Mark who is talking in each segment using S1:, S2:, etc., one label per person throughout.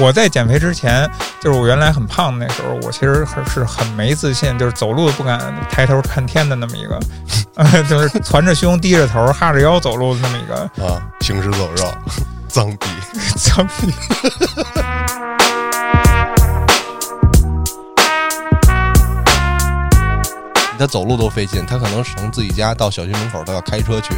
S1: 我在减肥之前，就是我原来很胖的那时候，我其实还是很没自信，就是走路不敢抬头看天的那么一个，呃就是攒着胸、低着头、哈着腰走路的那么一个
S2: 啊，行尸走肉， 脏逼。
S1: 脏逼。
S2: 他走路都费劲，他可能是从自己家到小区门口都要开车去。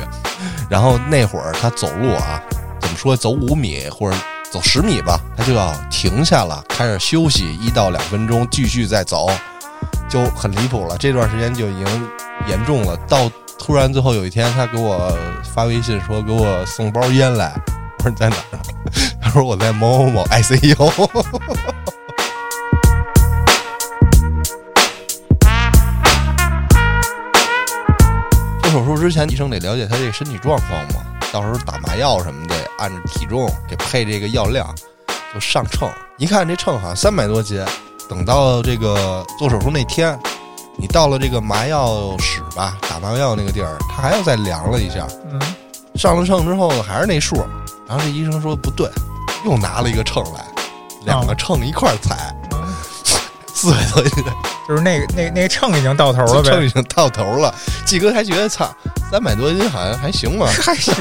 S2: 然后那会儿他走路啊，怎么说，走五米或者走十米吧，他就要停下了，开始休息一到两分钟，继续再走，就很离谱了。这段时间就已经严重了，到突然最后有一天，他给我发微信说给我送包烟来，我说你在哪儿啊？ 他说我在某某某 ICU。做手术之前，医生得了解他这个身体状况嘛，到时候打麻药什么的，按着体重给配这个药量，就上秤。一看这秤好像三百多斤，等到这个做手术那天，你到了这个麻药室吧，打麻药那个地儿，他还要再量了一下，
S1: 嗯，
S2: 上了秤之后呢还是那数，然后这医生说不对，又拿了一个秤来，两
S1: 啊
S2: 个秤一块儿踩，
S1: 嗯
S2: 四百多斤。
S1: 就是那个那那个秤已经到头了
S2: 这 秤
S1: 呗。
S2: 已经到头了。季哥还觉得操，三百多斤好像还行吧。
S1: 还行。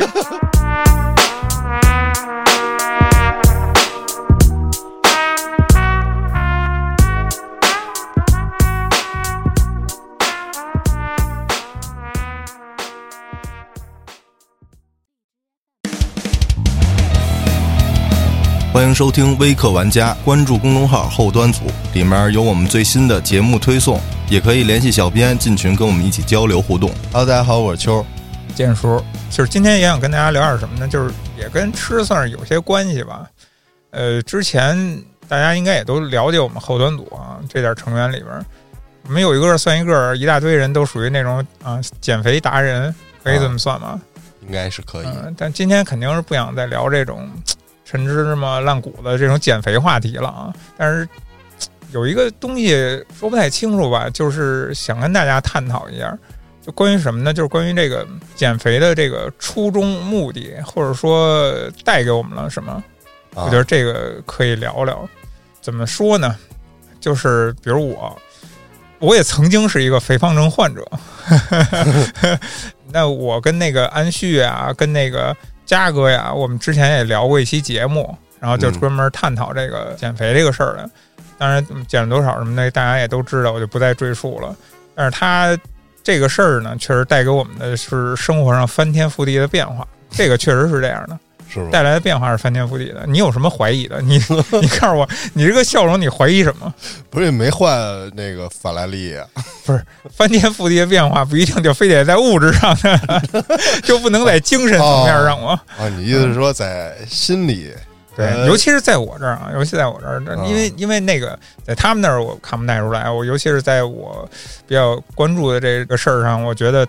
S2: 欢迎收听微课玩家，关注公众号后端组，里面有我们最新的节目推送，也可以联系小编进群跟我们一起交流互动。Hello，大家好，我是秋儿。
S1: 建叔，就是今天也想跟大家聊点什么呢？就是也跟吃算是有些关系吧。呃，之前大家应该也都了解我们后端组啊，这点成员里边儿，我们有一个算一个，一大堆人都属于那种啊减肥达人，可以这么算吗？
S2: 应该是可以，
S1: 嗯，但今天肯定是不想再聊这种陈芝麻烂谷子这种减肥话题了啊。但是有一个东西说不太清楚吧，就是想跟大家探讨一下，就关于什么呢？就是关于这个减肥的这个初衷、目的，或者说带给我们了什么。我
S2: 啊、
S1: 觉得这个可以聊聊。怎么说呢？就是比如我，我也曾经是一个肥胖症患 者。那我跟那个安旭啊，跟那个嘉哥呀，我们之前也聊过一期节目，然后就
S2: 嗯
S1: 专门探讨这个减肥这个事儿了。当然，嗯减了多少什么的，大家也都知道，我就不再赘述了。但是他这个事儿呢，确实带给我们的是生活上翻天覆地的变化，这个确实是这样的。
S2: 是吗？
S1: 带来的变化是翻天覆地的。你有什么怀疑的？ 你你告诉我，你这个笑容，你怀疑什么？
S2: 不是也没换那个法拉利啊，
S1: 翻天覆地的变化不一定就非得在物质上， 就不能在精神层面让我、
S2: 啊你意思是说在心里？
S1: 对，
S2: 呃
S1: 尤其是在我这儿啊，尤其在我这儿，
S2: 嗯
S1: 因为因为那个在他们那儿我看不太出来，我尤其是在我比较关注的这个事儿上，我觉得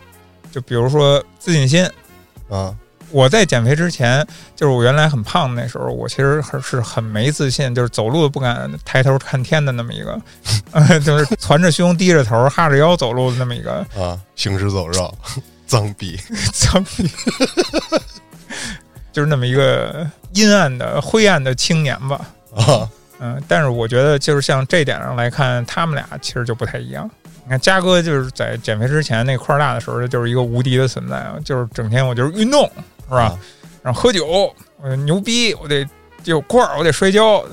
S1: 就比如说自信心，
S2: 啊，
S1: 我在减肥之前，就是我原来很胖的那时候，我其实还是很没自信，就是走路不敢抬头看天的那么一个， 呃，就是攒着胸、低着头、哈着腰走路的那么一个
S2: 啊，行尸走肉， 脏 逼，
S1: 脏逼，就是那么一个阴暗的、灰暗的青年吧。
S2: 啊，
S1: 嗯，但是我觉得就是像这点上来看，他们俩其实就不太一样。你看，嘉哥就是在减肥之前那块儿大的时候，就是一个无敌的存在啊，就是整天我就是运动，是吧？
S2: 啊
S1: 然后喝酒，我牛逼，我得有块儿，我得摔跤。
S2: 我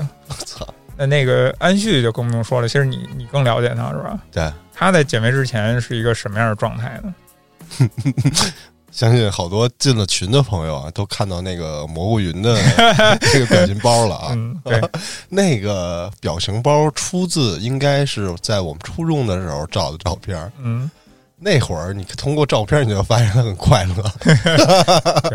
S2: 操，
S1: 那那个安旭就更不用说了，其实你你更了解他是吧？
S2: 对，
S1: 他在减肥之前是一个什么样的状态呢？
S2: 相信好多进了群的朋友啊，都看到那个蘑菇云的 这个表情包了啊。
S1: 嗯，对，
S2: 那个表情包出自应该是在我们初中的时候照的照片儿。
S1: 嗯，
S2: 那会儿你通过照片，你就发现他很快乐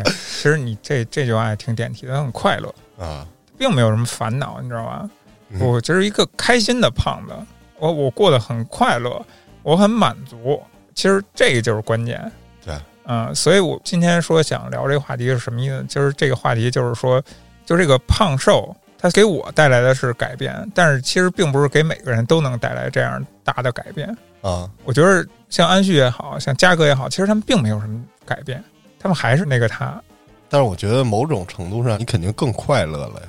S1: 其实你这这句话也挺点题的，他很快乐，
S2: 啊。
S1: 并没有什么烦恼，你知道吧？
S2: 嗯
S1: 我就是一个开心的胖子，我我过得很快乐，我很满足。其实这个就是关键。
S2: 对，
S1: 嗯，所以我今天说想聊这个话题是什么意思？就是这个话题就是说，就这个胖瘦，它给我带来的是改变，但是其实并不是给每个人都能带来这样大的改变。
S2: 啊，
S1: 我觉得像安旭也好像嘉哥也好，其实他们并没有什么改变，他们还是那个他，
S2: 但是我觉得某种程度上，你肯定更快乐了呀。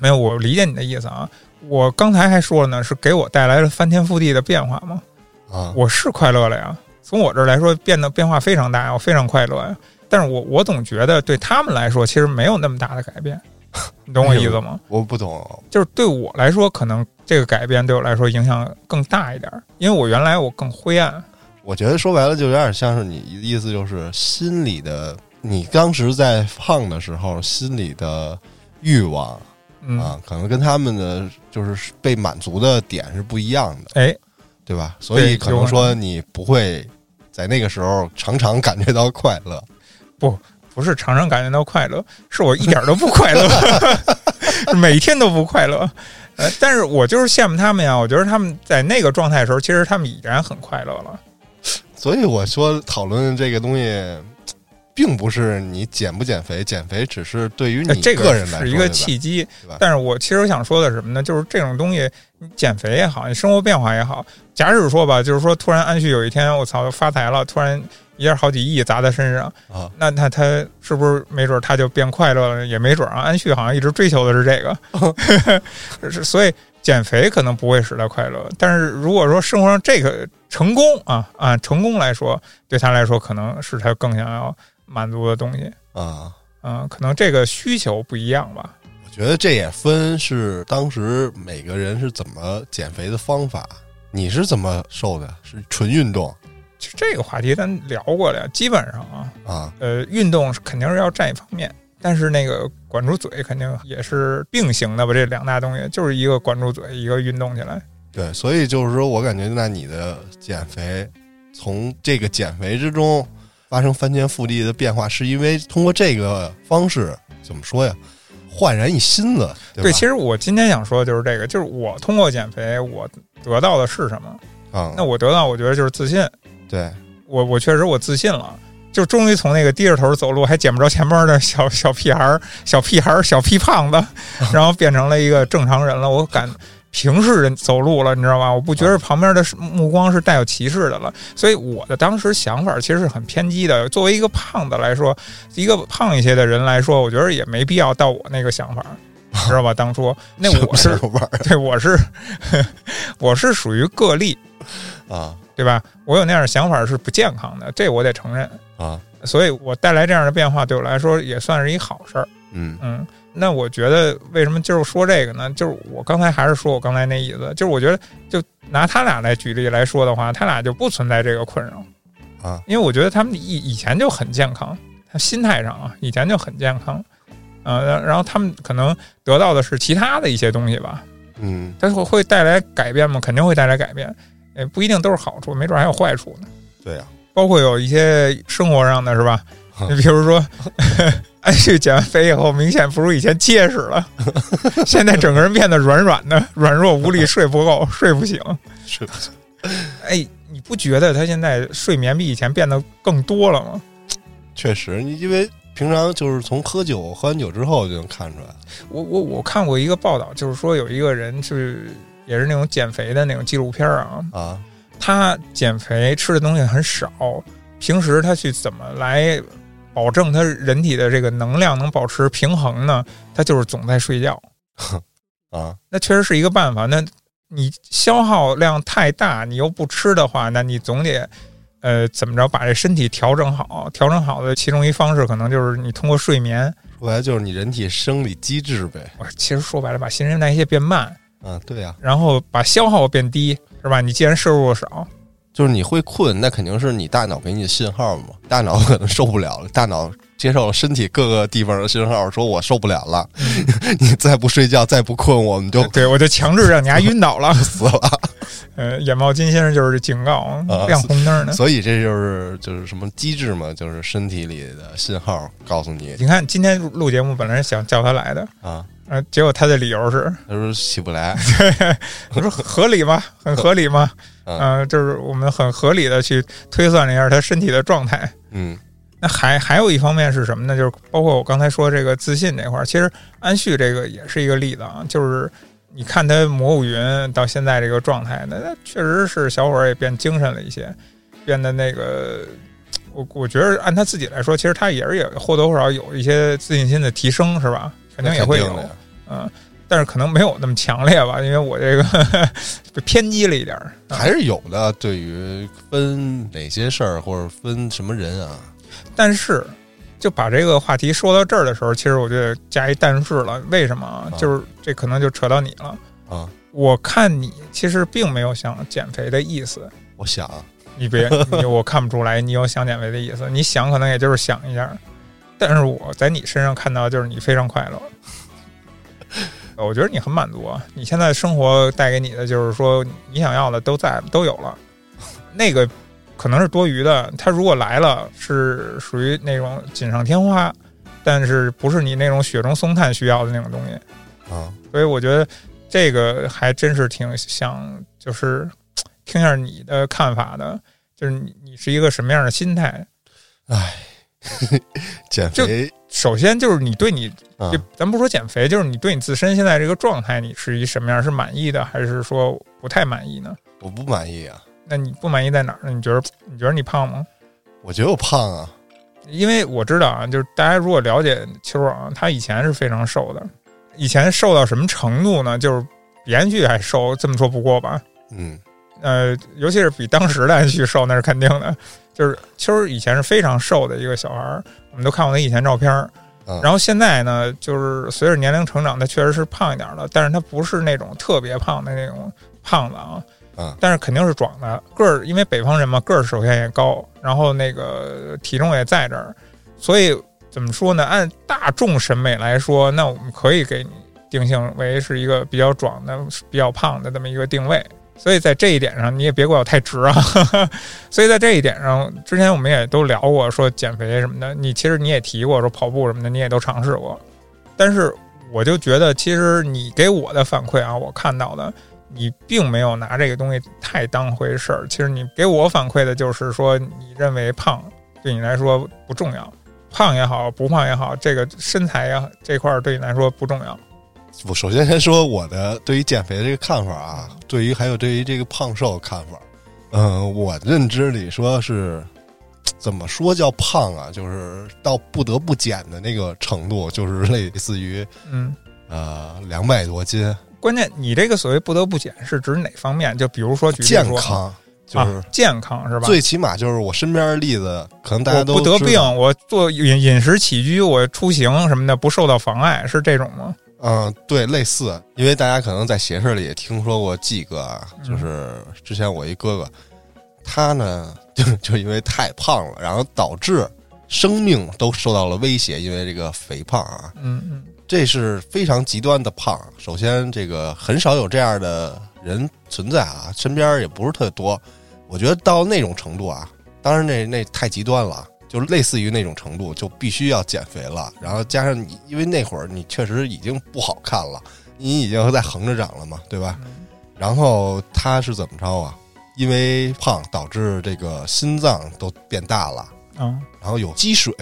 S1: 没有，我理解你的意思啊。我刚才还说了呢，是给我带来了翻天覆地的变化吗？
S2: 啊，
S1: 我是快乐了呀。从我这儿来说，变得变化非常大，我非常快乐呀。但是我我总觉得对他们来说，其实没有那么大的改变， 你懂我意思吗？
S2: 我不懂，
S1: 就是对我来说，可能这个改变对我来说影响更大一点儿，因为我原来我更灰暗，
S2: 我觉得说白了就有点像是你意思，就是心里的你当时在胖的时候，心里的欲望
S1: 嗯，
S2: 啊，可能跟他们的就是被满足的点是不一样的，
S1: 哎，
S2: 对吧？所
S1: 对
S2: 以可
S1: 有
S2: 能
S1: 可
S2: 说你不会在那个时候常常感觉到快乐。
S1: 不是常常感觉到快乐，是我一点儿都不快乐，是每天都不快乐。呃，但是我就是羡慕他们呀，我觉得他们在那个状态的时候，其实他们已然很快乐了。
S2: 所以我说讨论这个东西。并不是你减不减肥，减肥只是对于
S1: 呃
S2: 你
S1: 这
S2: 哎个人来说，
S1: 是一个
S2: 对吧
S1: 契机
S2: 对吧。
S1: 但是我其实想说的是什么呢？就是这种东西，你减肥也好，你生活变化也好，假使说吧，就是说突然安旭有一天我操发财了，突然一下好几亿砸在身上，
S2: 啊，
S1: 那那他是不是没准他就变快乐了？也没准啊。安旭好像一直追求的是这个， 是所以减肥可能不会使他快乐，但是如果说生活上这个成功啊啊成功来说，对他来说可能是他更想要满足的东西。
S2: 啊，
S1: 嗯，可能这个需求不一样吧。
S2: 我觉得这也分是当时每个人是怎么减肥的方法。你是怎么瘦的？是纯运动
S1: 其实这个话题咱聊过了呀，基本上啊，
S2: 啊？
S1: 呃，运动是肯定是要占一方面，但是那个管住嘴肯定也是并行的吧。这两大东西就是一个管住嘴，一个运动起来。
S2: 对，所以就是说我感觉，那你的减肥从这个减肥之中发生翻天覆地的变化，是因为通过这个方式怎么说呀？焕然一新了，对吧？
S1: 对，其实我今天想说的就是这个，就是我通过减肥，我得到的是什么？
S2: 啊，
S1: 那我得到，我觉得就是自信。
S2: 对
S1: 我我确实我自信了，就终于从那个低着头走路还捡不着钱包的小小屁孩儿、小屁孩儿、小屁胖 子，然后变成了一个正常人了。我敢平视人走路了，你知道吗？我不觉得旁边的目光是带有歧视的了。所以我的当时想法其实是很偏激的。作为一个胖子来说，一个胖一些的人来说，我觉得也没必要到我那个想法，知道吧？当初那我
S2: 什
S1: 是
S2: 么 玩意
S1: 对我是 我是属于个例，
S2: 儿啊
S1: 对吧？我有那样的想法是不健康的，这我得承认。
S2: 啊，
S1: 所以我带来这样的变化，对我来说也算是一好事儿。
S2: 嗯
S1: 嗯，那我觉得为什么就是说这个呢？就是我刚才还是说我刚才那意思，就是我觉得就拿他俩来举例来说的话，他俩就不存在这个困扰，
S2: 啊，
S1: 因为我觉得他们以以前就很健康，他心态上啊，以前就很健康。嗯、然然后他们可能得到的是其他的一些东西吧，
S2: 嗯，
S1: 但是会会带来改变吗？肯定会带来改变，也不一定都是好处，没准还有坏处呢。
S2: 对啊呀、
S1: 包括有一些生活上的是吧？你比如说， 安旭减完肥以后，明显不如以前结实了， 现在整个人变得软软的， 软弱无力，睡不够， 睡不醒。
S2: 是不是？
S1: 哎，你不觉得他现在睡眠比以前变得更多了吗？
S2: 确实，你因为平常就是从喝酒喝完酒之后就能看出来。
S1: 我我我看过一个报道，就是说有一个人是也是那种减肥的那种纪录片啊，
S2: 啊，
S1: 他减肥吃的东西很少，平时他去怎么来保证他人体的这个能量能保持平衡呢？他就是总在睡觉，
S2: 啊，
S1: 那确实是一个办法。那你消耗量太大，你又不吃的话，那你总得呃怎么着把这身体调整好？调整好的其中一方式可能就是你通过睡眠，
S2: 说白了就是你人体生理机制呗。
S1: 我其实说白了把新陈代谢变慢，
S2: 啊，对呀、
S1: 然后把消耗变低，是吧？你既然摄入少，
S2: 就是你会困，那肯定是你大脑给你的信号嘛，大脑可能受不了了，大脑接受了身体各个地方的信号，说我受不了了，
S1: 嗯
S2: 你再不睡觉，再不困，我们就
S1: 对我就强制让你家晕倒了。
S2: 死了。
S1: 呃，眼冒金星儿就是警告，
S2: 啊
S1: 亮红灯呢。
S2: 所以这就是就是什么机制嘛，就是身体里的信号告诉你
S1: 你看，今天录录节目本来是想叫他来的，
S2: 啊，
S1: 呃，结果他的理由 是，
S2: 他说起不来，
S1: 我说合理吗？很合理吗？
S2: 嗯
S1: 呃，就是我们很合理的去推算了一下他身体的状态。
S2: 嗯
S1: 那还还有一方面是什么呢？就是包括我刚才说这个自信这块儿，其实安旭这个也是一个例子啊，就是。你看他魔五云到现在这个状态，那那确实是小伙儿也变精神了一些，变得那个，我我觉得按他自己来说，其实他也是也或多或少有一些自信心的提升，是吧？肯定也会
S2: 那肯定的
S1: 有
S2: 呀，
S1: 嗯，但是可能没有那么强烈吧，因为我这个 偏激了一点儿。啊
S2: 还是有的。对于分哪些事儿或者分什么人啊，
S1: 但是就把这个话题说到这儿的时候，其实我就加一但是了。为什么啊？就是这可能就扯到你了。
S2: 啊，
S1: 我看你其实并没有想减肥的意思，
S2: 我想
S1: 你别，你我看不出来你有想减肥的意思。你想可能也就是想一下，但是我在你身上看到的就是你非常快乐。我觉得你很满足啊！你现在生活带给你的就是说你想要的都在都有了，那个可能是多余的。它如果来了，是属于那种锦上添花，但是不是你那种雪中送炭需要的那种东西。
S2: 啊，
S1: 所以我觉得这个还真是挺想，就是听一下你的看法的，就是你你是一个什么样的心态？
S2: 减肥
S1: 首先就是你对你，
S2: 啊
S1: 就，咱不说减肥，就是你对你自身现在这个状态，你是一什么样？是满意的，还是说不太满意呢？
S2: 我不满意啊，
S1: 那你不满意在哪儿呢？你觉得你觉得你胖吗？
S2: 我觉得我胖啊，
S1: 因为我知道啊，就是大家如果了解秋儿啊，他以前是非常瘦的，以前瘦到什么程度呢？就是比安旭还瘦，这么说不过吧？
S2: 嗯，
S1: 呃，尤其是比当时的安旭瘦，那是肯定的。就是秋儿以前是非常瘦的一个小孩儿，我们都看过他以前照片儿。
S2: 嗯
S1: 然后现在呢，就是随着年龄成长，他确实是胖一点儿了，但是他不是那种特别胖的那种胖子啊。
S2: 嗯
S1: 但是肯定是壮的，个儿因为北方人嘛，个儿首先也高，然后那个体重也在这儿，所以怎么说呢？按大众审美来说，那我们可以给你定性为是一个比较壮的、比较胖的这么一个定位。所以在这一点上，你也别怪我太直啊。 所以在这一点上，之前我们也都聊过，说减肥什么的，你其实你也提过，说跑步什么的，你也都尝试过。但是我就觉得，其实你给我的反馈啊，我看到的，你并没有拿这个东西太当回事儿。其实你给我反馈的就是说，你认为胖对你来说不重要，胖也好，不胖也好，这个身材呀这块儿对你来说不重要。
S2: 我首先先说我的对于减肥的这个看法啊，对于还有对于这个胖瘦的看法，嗯，我认知里说是怎么说叫胖啊，就是到不得不减的那个程度，就是类似于
S1: 嗯，
S2: 呃两百多斤，
S1: 关键你这个所谓不得不减是指哪方面？就比如说举例
S2: 健
S1: 说
S2: 康就是
S1: 啊、健康是吧？
S2: 最起码就是我身边的例子，可能大家
S1: 我
S2: 都
S1: 不得
S2: 知
S1: 病
S2: 道，
S1: 我做饮饮食起居，我出行什么的不受到妨碍，是这种吗？
S2: 嗯，对，类似，因为大家可能在鞋事里也听说过几个啊，
S1: 嗯
S2: 就是之前我一哥哥，他呢就就因为太胖了，然后导致生命都受到了威胁，因为这个肥胖啊，
S1: 嗯嗯
S2: 这是非常极端的胖。首先，这个很少有这样的人存在啊，身边也不是特别多。我觉得到那种程度啊，当然那那太极端了，就类似于那种程度，就必须要减肥了。然后加上你，因为那会儿你确实已经不好看了，你已经在横着长了嘛，对吧？
S1: 嗯
S2: 然后他是怎么着啊？因为胖导致这个心脏都变大了，
S1: 啊，
S2: 然后有积水，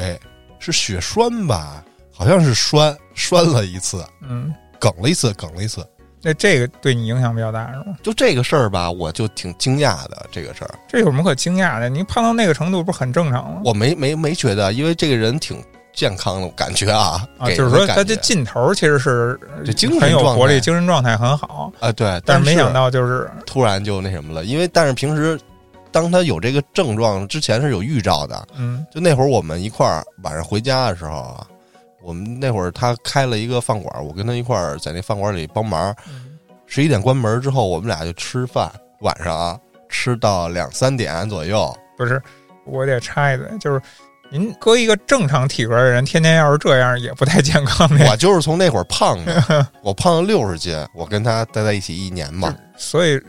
S2: 是血栓吧？好像是栓，栓了一次，
S1: 嗯，
S2: 梗了一次，梗了一次。
S1: 那这个对你影响比较大是吗？
S2: 就这个事儿吧，我就挺惊讶的。这个事儿，
S1: 这有什么可惊讶的？你胖到那个程度不是很正常吗？
S2: 我没没没觉得，因为这个人挺健康的，我感觉啊，
S1: 啊，
S2: 给
S1: 就是
S2: 人
S1: 说
S2: 的
S1: 他
S2: 感
S1: 这
S2: 觉
S1: 劲头其实是
S2: 这精神
S1: 很有
S2: 状态
S1: 活力，精神状态很好，
S2: 啊，对，
S1: 但
S2: 是
S1: 是没想到就是
S2: 突然就那什么了，因为但是平时当他有这个症状之前是有预兆的，
S1: 嗯
S2: 就那会儿我们一块儿晚上回家的时候啊，我们那会儿他开了一个饭馆，我跟他一块儿在那饭馆里帮忙，
S1: 嗯
S2: 十一点关门之后，我们俩就吃饭，晚上啊吃到两三点左 右，
S1: 不是，我得插一嘴，就是您搁一个正常体格的人，天天要是这样也不太健康的呀。
S2: 我就是从那会儿胖的，我胖了六十斤，我跟他待在一起一 年嘛，
S1: 所以，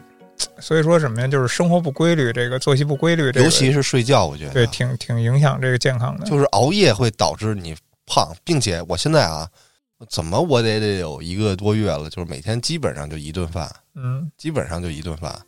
S1: 所以说什么呀？就是生活不规律，这个作息不规律，这个
S2: 尤其是睡觉，我觉
S1: 对，
S2: 得
S1: 挺挺影响这个健康的。
S2: 就是熬夜会导致你胖，并且我现在啊，怎么我得得有一个多月了，就是每天基本上就一顿饭，
S1: 嗯，
S2: 基本上就一顿饭，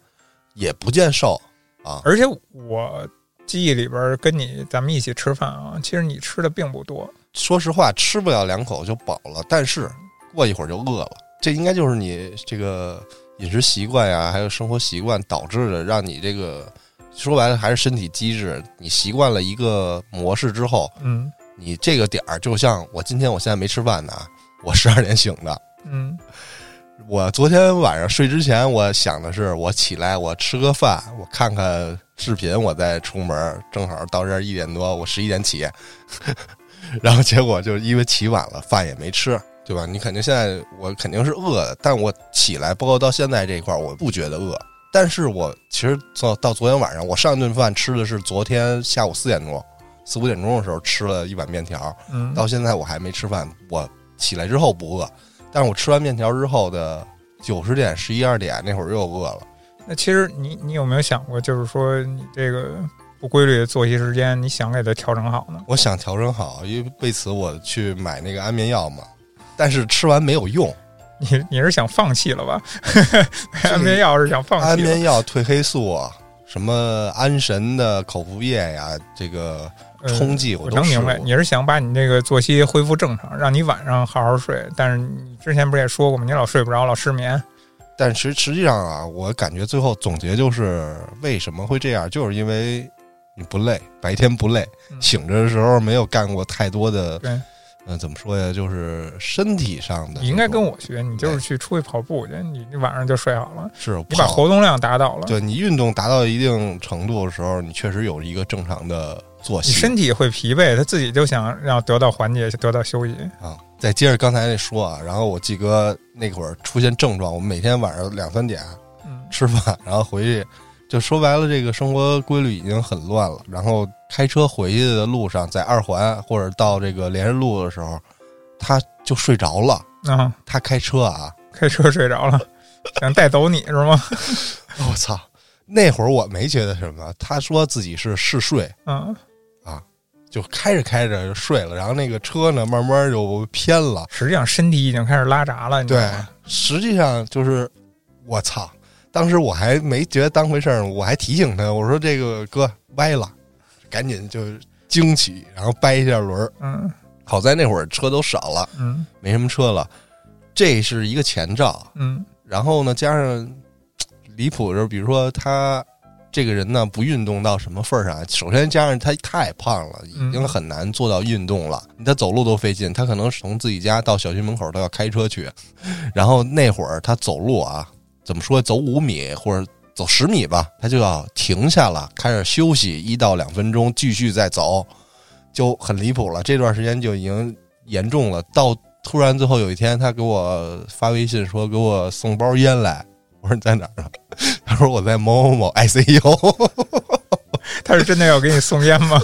S2: 也不见瘦啊，
S1: 而且我记忆里边儿跟你咱们一起吃饭啊，其实你吃的并不多。
S2: 说实话，吃不了两口就饱了，但是过一会儿就饿了。这应该就是你这个饮食习惯呀、还有生活习惯导致的，让你这个说白了还是身体机制，你习惯了一个模式之后，
S1: 嗯
S2: 你这个点儿就像我今天我现在没吃饭呢，啊我十二点醒的。
S1: 嗯
S2: 我昨天晚上睡之前，我想的是我起来我吃个饭，我看看视频，我再出门。正好到这儿一点多，我十一点起， 然后结果就因为起晚了，饭也没吃，对吧？你肯定现在我肯定是饿的，但我起来，包括到现在这一块儿，我不觉得饿。但是我其实到到昨天晚上，我上一顿饭吃的是昨天下午四点钟、四五点钟的时候吃了一碗面条，
S1: 嗯，
S2: 到现在我还没吃饭。我起来之后不饿，但是我吃完面条之后的九十点、十一二点那会儿又饿了。
S1: 那其实你你有没有想过，就是说你这个不规律的作息时间，你想给它调整好呢？
S2: 我想调整好，因为为此我去买那个安眠药嘛，但是吃完没有用。
S1: 你你是想放弃了 吧？安眠药是想放
S2: 安
S1: 弃了
S2: 眠，药、褪黑素啊，什么安神的口服液呀、这个
S1: 呃
S2: 冲剂
S1: 我
S2: 都
S1: 能
S2: 试
S1: 明白，
S2: 过
S1: 你是想把你这个作息恢复正常，让你晚上好好睡。但是你之前不是也说过吗？你老睡不着，老失眠。
S2: 但实实际上啊，我感觉最后总结就是为什么会这样，就是因为你不累，白天不累，
S1: 嗯
S2: 醒着的时候没有干过太多的，
S1: 对
S2: 嗯、怎么说呀，就是身体上的。
S1: 你应该跟
S2: 我
S1: 我学，你就是去出去跑步去，你你晚上就睡好了，
S2: 是
S1: 你把
S2: 跑
S1: 活动量达到了，
S2: 对你运动达到一定程度的时候，你确实有一个正常的作
S1: 你
S2: 息。
S1: 身体会疲惫，他自己就想让得到缓解，得到休息。
S2: 啊，再接着刚才那说啊，然后我季哥那会儿出现症状，我每天晚上两三点啊
S1: 嗯，
S2: 吃饭，然后回去，就说白了，这个生活规律已经很乱了。然后开车回去的路上，在二环或者到这个连着路的时候，他就睡着了。
S1: 啊，
S2: 他开车啊，
S1: 开车睡着了， 想带走你是吗？
S2: 我操！那会儿我没觉得什么，他说自己是嗜睡，
S1: 嗯，
S2: 就开着开着就睡了，然后那个车呢，慢慢就偏了。
S1: 实际上身体已经开始拉闸了，你知道
S2: 对
S1: 吗？，
S2: 实际上就是我操，当时我还没觉得当回事儿，我还提醒他，我说这个哥歪了，赶紧就惊起，然后掰一下轮儿。
S1: 嗯
S2: 好在那会儿车都少了，
S1: 嗯
S2: 没什么车了，这是一个前兆。
S1: 嗯
S2: 然后呢，加上嘖离谱就是，比如说他这个人呢不运动到什么份儿上，首先加上他太胖了，已经很难做到运动了。他走路都费劲，他可能从自己家到小区门口都要开车去。然后那会儿他走路啊，怎么说，走五米或者。走十米吧，他就要停下了，开始休息一到两分钟，继续再走，就很离谱了。这段时间就已经严重了，到突然最后有一天，他给我发微信说给我送包烟来，我说你在哪儿呢？ 他说我在某某某 ICU，
S1: 他是真的要给你送烟 吗？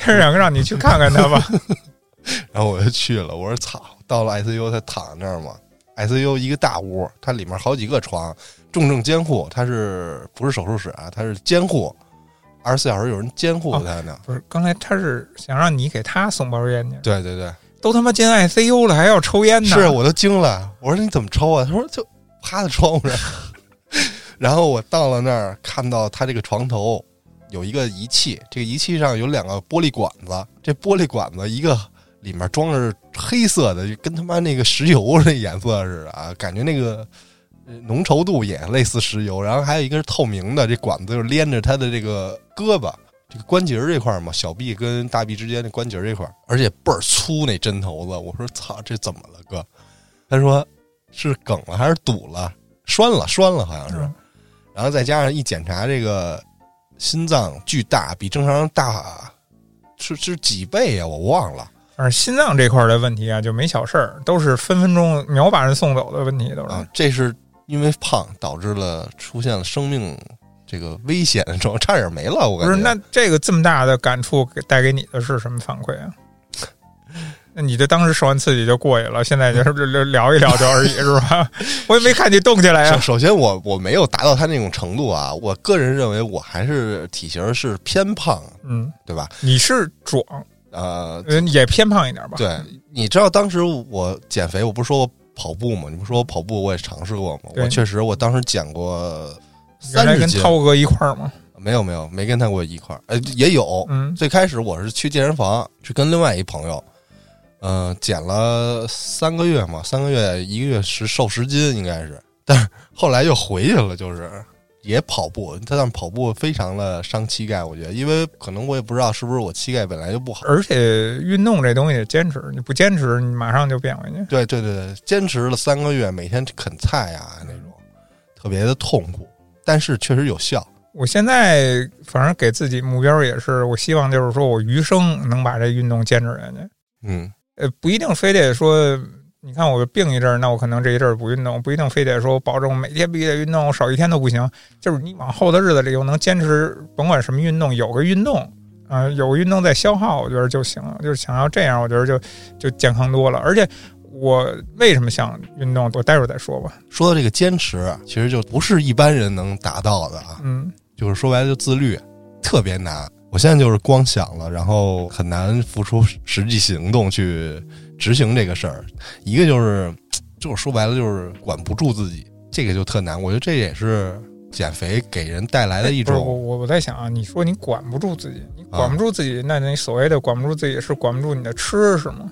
S1: 他是想让你去看看他吧？
S2: 然后我就去了。我说操，到了 ICU 他躺那儿嘛，ICU 一个大屋，它里面好几个床，重症监护，它是不是手术室啊？它是监护，二十四小时有人监护他呢。
S1: 不是，刚才他是想让你给他送包烟去，
S2: 对对对，
S1: 都他妈进 ICU 了还要抽烟呢？
S2: 是我都惊了，我说你怎么抽啊？他说就趴在窗户上。 然后我到了那儿，看到他这个床头有一个仪器，这个仪器上有两个玻璃管子，这玻璃管子一个里面装着黑色的，就跟他妈那个石油那颜色似的啊，感觉那个呃浓稠度也类似石油。然后还有一个是透明的，这管子就连着他的这个胳膊。这个关节儿这块儿嘛，小臂跟大臂之间的关节儿这块儿，而且倍儿粗那针头子。我说操，这怎么了哥？他说是梗了还是堵了？栓了，栓了好像是。
S1: 嗯
S2: 然后再加上一检查，这个心脏巨大，比正常人大是是几倍呀、我忘了
S1: 反正心脏这块儿的问题啊，就没小事儿，都是分分钟秒把人送走的问题，都是。
S2: 啊。这是因为胖导致了出现了生命这个危险的状况，差点没了。我感
S1: 不
S2: 觉
S1: 是，那这个这么大的感触给带给你的是什么反馈啊？ 那你这当时受完刺激就过去了，现在就是聊聊一聊就而已，是吧？ 我也没看你动起来啊
S2: 首
S1: 哎呀、
S2: 首先我，我没有达到他那种程度啊。我个人认为，我还是体型是偏胖，
S1: 嗯，
S2: 对吧？
S1: 你是壮，
S2: 呃，
S1: 呃也偏胖一点吧？，
S2: 对，你知道当时我减肥，我不是说我跑步吗？你不是说我跑步，我也尝试过吗？
S1: 对
S2: 我确实，我当时减过
S1: 原
S2: 三
S1: 来
S2: 十
S1: 跟
S2: 斤，
S1: 涛哥一块儿嘛。
S2: 没有没有，没跟他过一块儿，呃，也有。
S1: 嗯
S2: 最开始我是去健身房，去跟另外一朋友，呃，减了三个月嘛，三个月一个月十瘦十斤应该是，但是后来又回去了，就是也跑步，他但跑步非常的伤膝盖，我觉得，因为可能我也不知道是不是我膝盖本来就不好。
S1: 而且运动这东西得坚持，你不坚持，你马上就变回去。
S2: 对对对对，坚持了三个月，每天啃菜啊那种，特别的痛苦，但是确实有效。
S1: 我现在反正给自己目标也是，我希望就是说我余生能把这运动坚持下去。
S2: 嗯，
S1: 呃，不一定非得说，你看我病一阵儿，那我可能这一阵儿不运动，不一定非得说我保证每天必须得运动，我少一天都不行。就是你往后的日子里，又能坚持，甭管什么运动，有个运动，啊、有个运动在消耗，我觉得就行了。就是想要这样，我觉得就就健康多了。而且我为什么想运动，我待会儿再说吧。
S2: 说到这个坚持，啊其实就不是一般人能达到的啊，
S1: 嗯，
S2: 就是说白了就自律，特别难。我现在就是光想了，然后很难付出实际行动去执行这个事儿。一个就是，就是说白了就是管不住自己，这个就特难。我觉得这也是减肥给人带来的一
S1: 不是我
S2: 种，啊
S1: 我我在想啊，你说你管不住自己，你管不住自己，那你所谓的管不住自己是管不住你的吃是吗？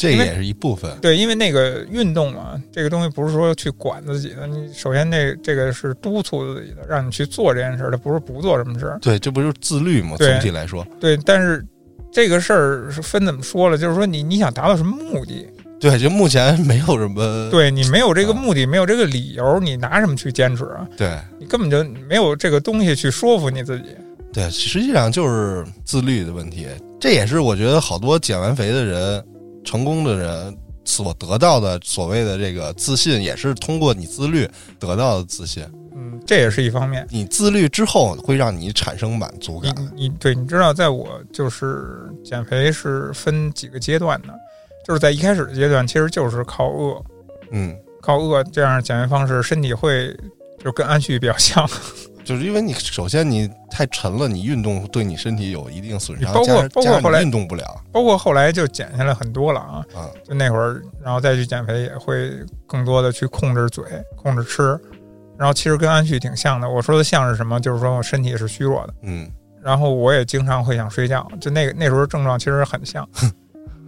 S2: 这
S1: 因为
S2: 也是一部分。
S1: 对，因为那个运动嘛，这个东西不是说去管自己的，你首先那这个是督促自己的，让你去做这件事儿，它不是不做什么事儿。
S2: 对，这不就是自律吗？
S1: 对
S2: 总体来说，
S1: 对，但是这个事儿是分怎么说了，就是说你你想达到什么目的，
S2: 对，就目前没有什么
S1: 对你没有这个
S2: 啊
S1: 目的，没有这个理由，你拿什么去坚持啊？
S2: 对
S1: 你根本就没有这个东西去说服你自己。
S2: 对，实际上就是自律的问题。这也是我觉得好多减完肥的人、成功的人所得到的所谓的这个自信，也是通过你自律得到的自信。
S1: 嗯，这也是一方面。
S2: 你自律之后，会让你产生满足
S1: 你
S2: 感。
S1: 你嗯对，你知道，在我就是减肥是分几个阶段的，就是在一开始的阶段，其实就是靠饿，
S2: 嗯，
S1: 靠饿这样减肥方式，身体会就跟安旭比较像。
S2: 就是因为你首先你太沉了，你运动对你身体有一定损伤，
S1: 你包括
S2: 加上
S1: 包括
S2: 加上你
S1: 后来
S2: 运动不了。
S1: 包括后来就减下来很多了啊，
S2: 啊
S1: 就那会儿，然后再去减肥，也会更多的去控制嘴、控制吃。然后其实跟安旭挺像的。我说的像是什么？就是说我身体是虚弱的，
S2: 嗯，
S1: 然后我也经常会想睡觉，就那个那时候症状其实很像。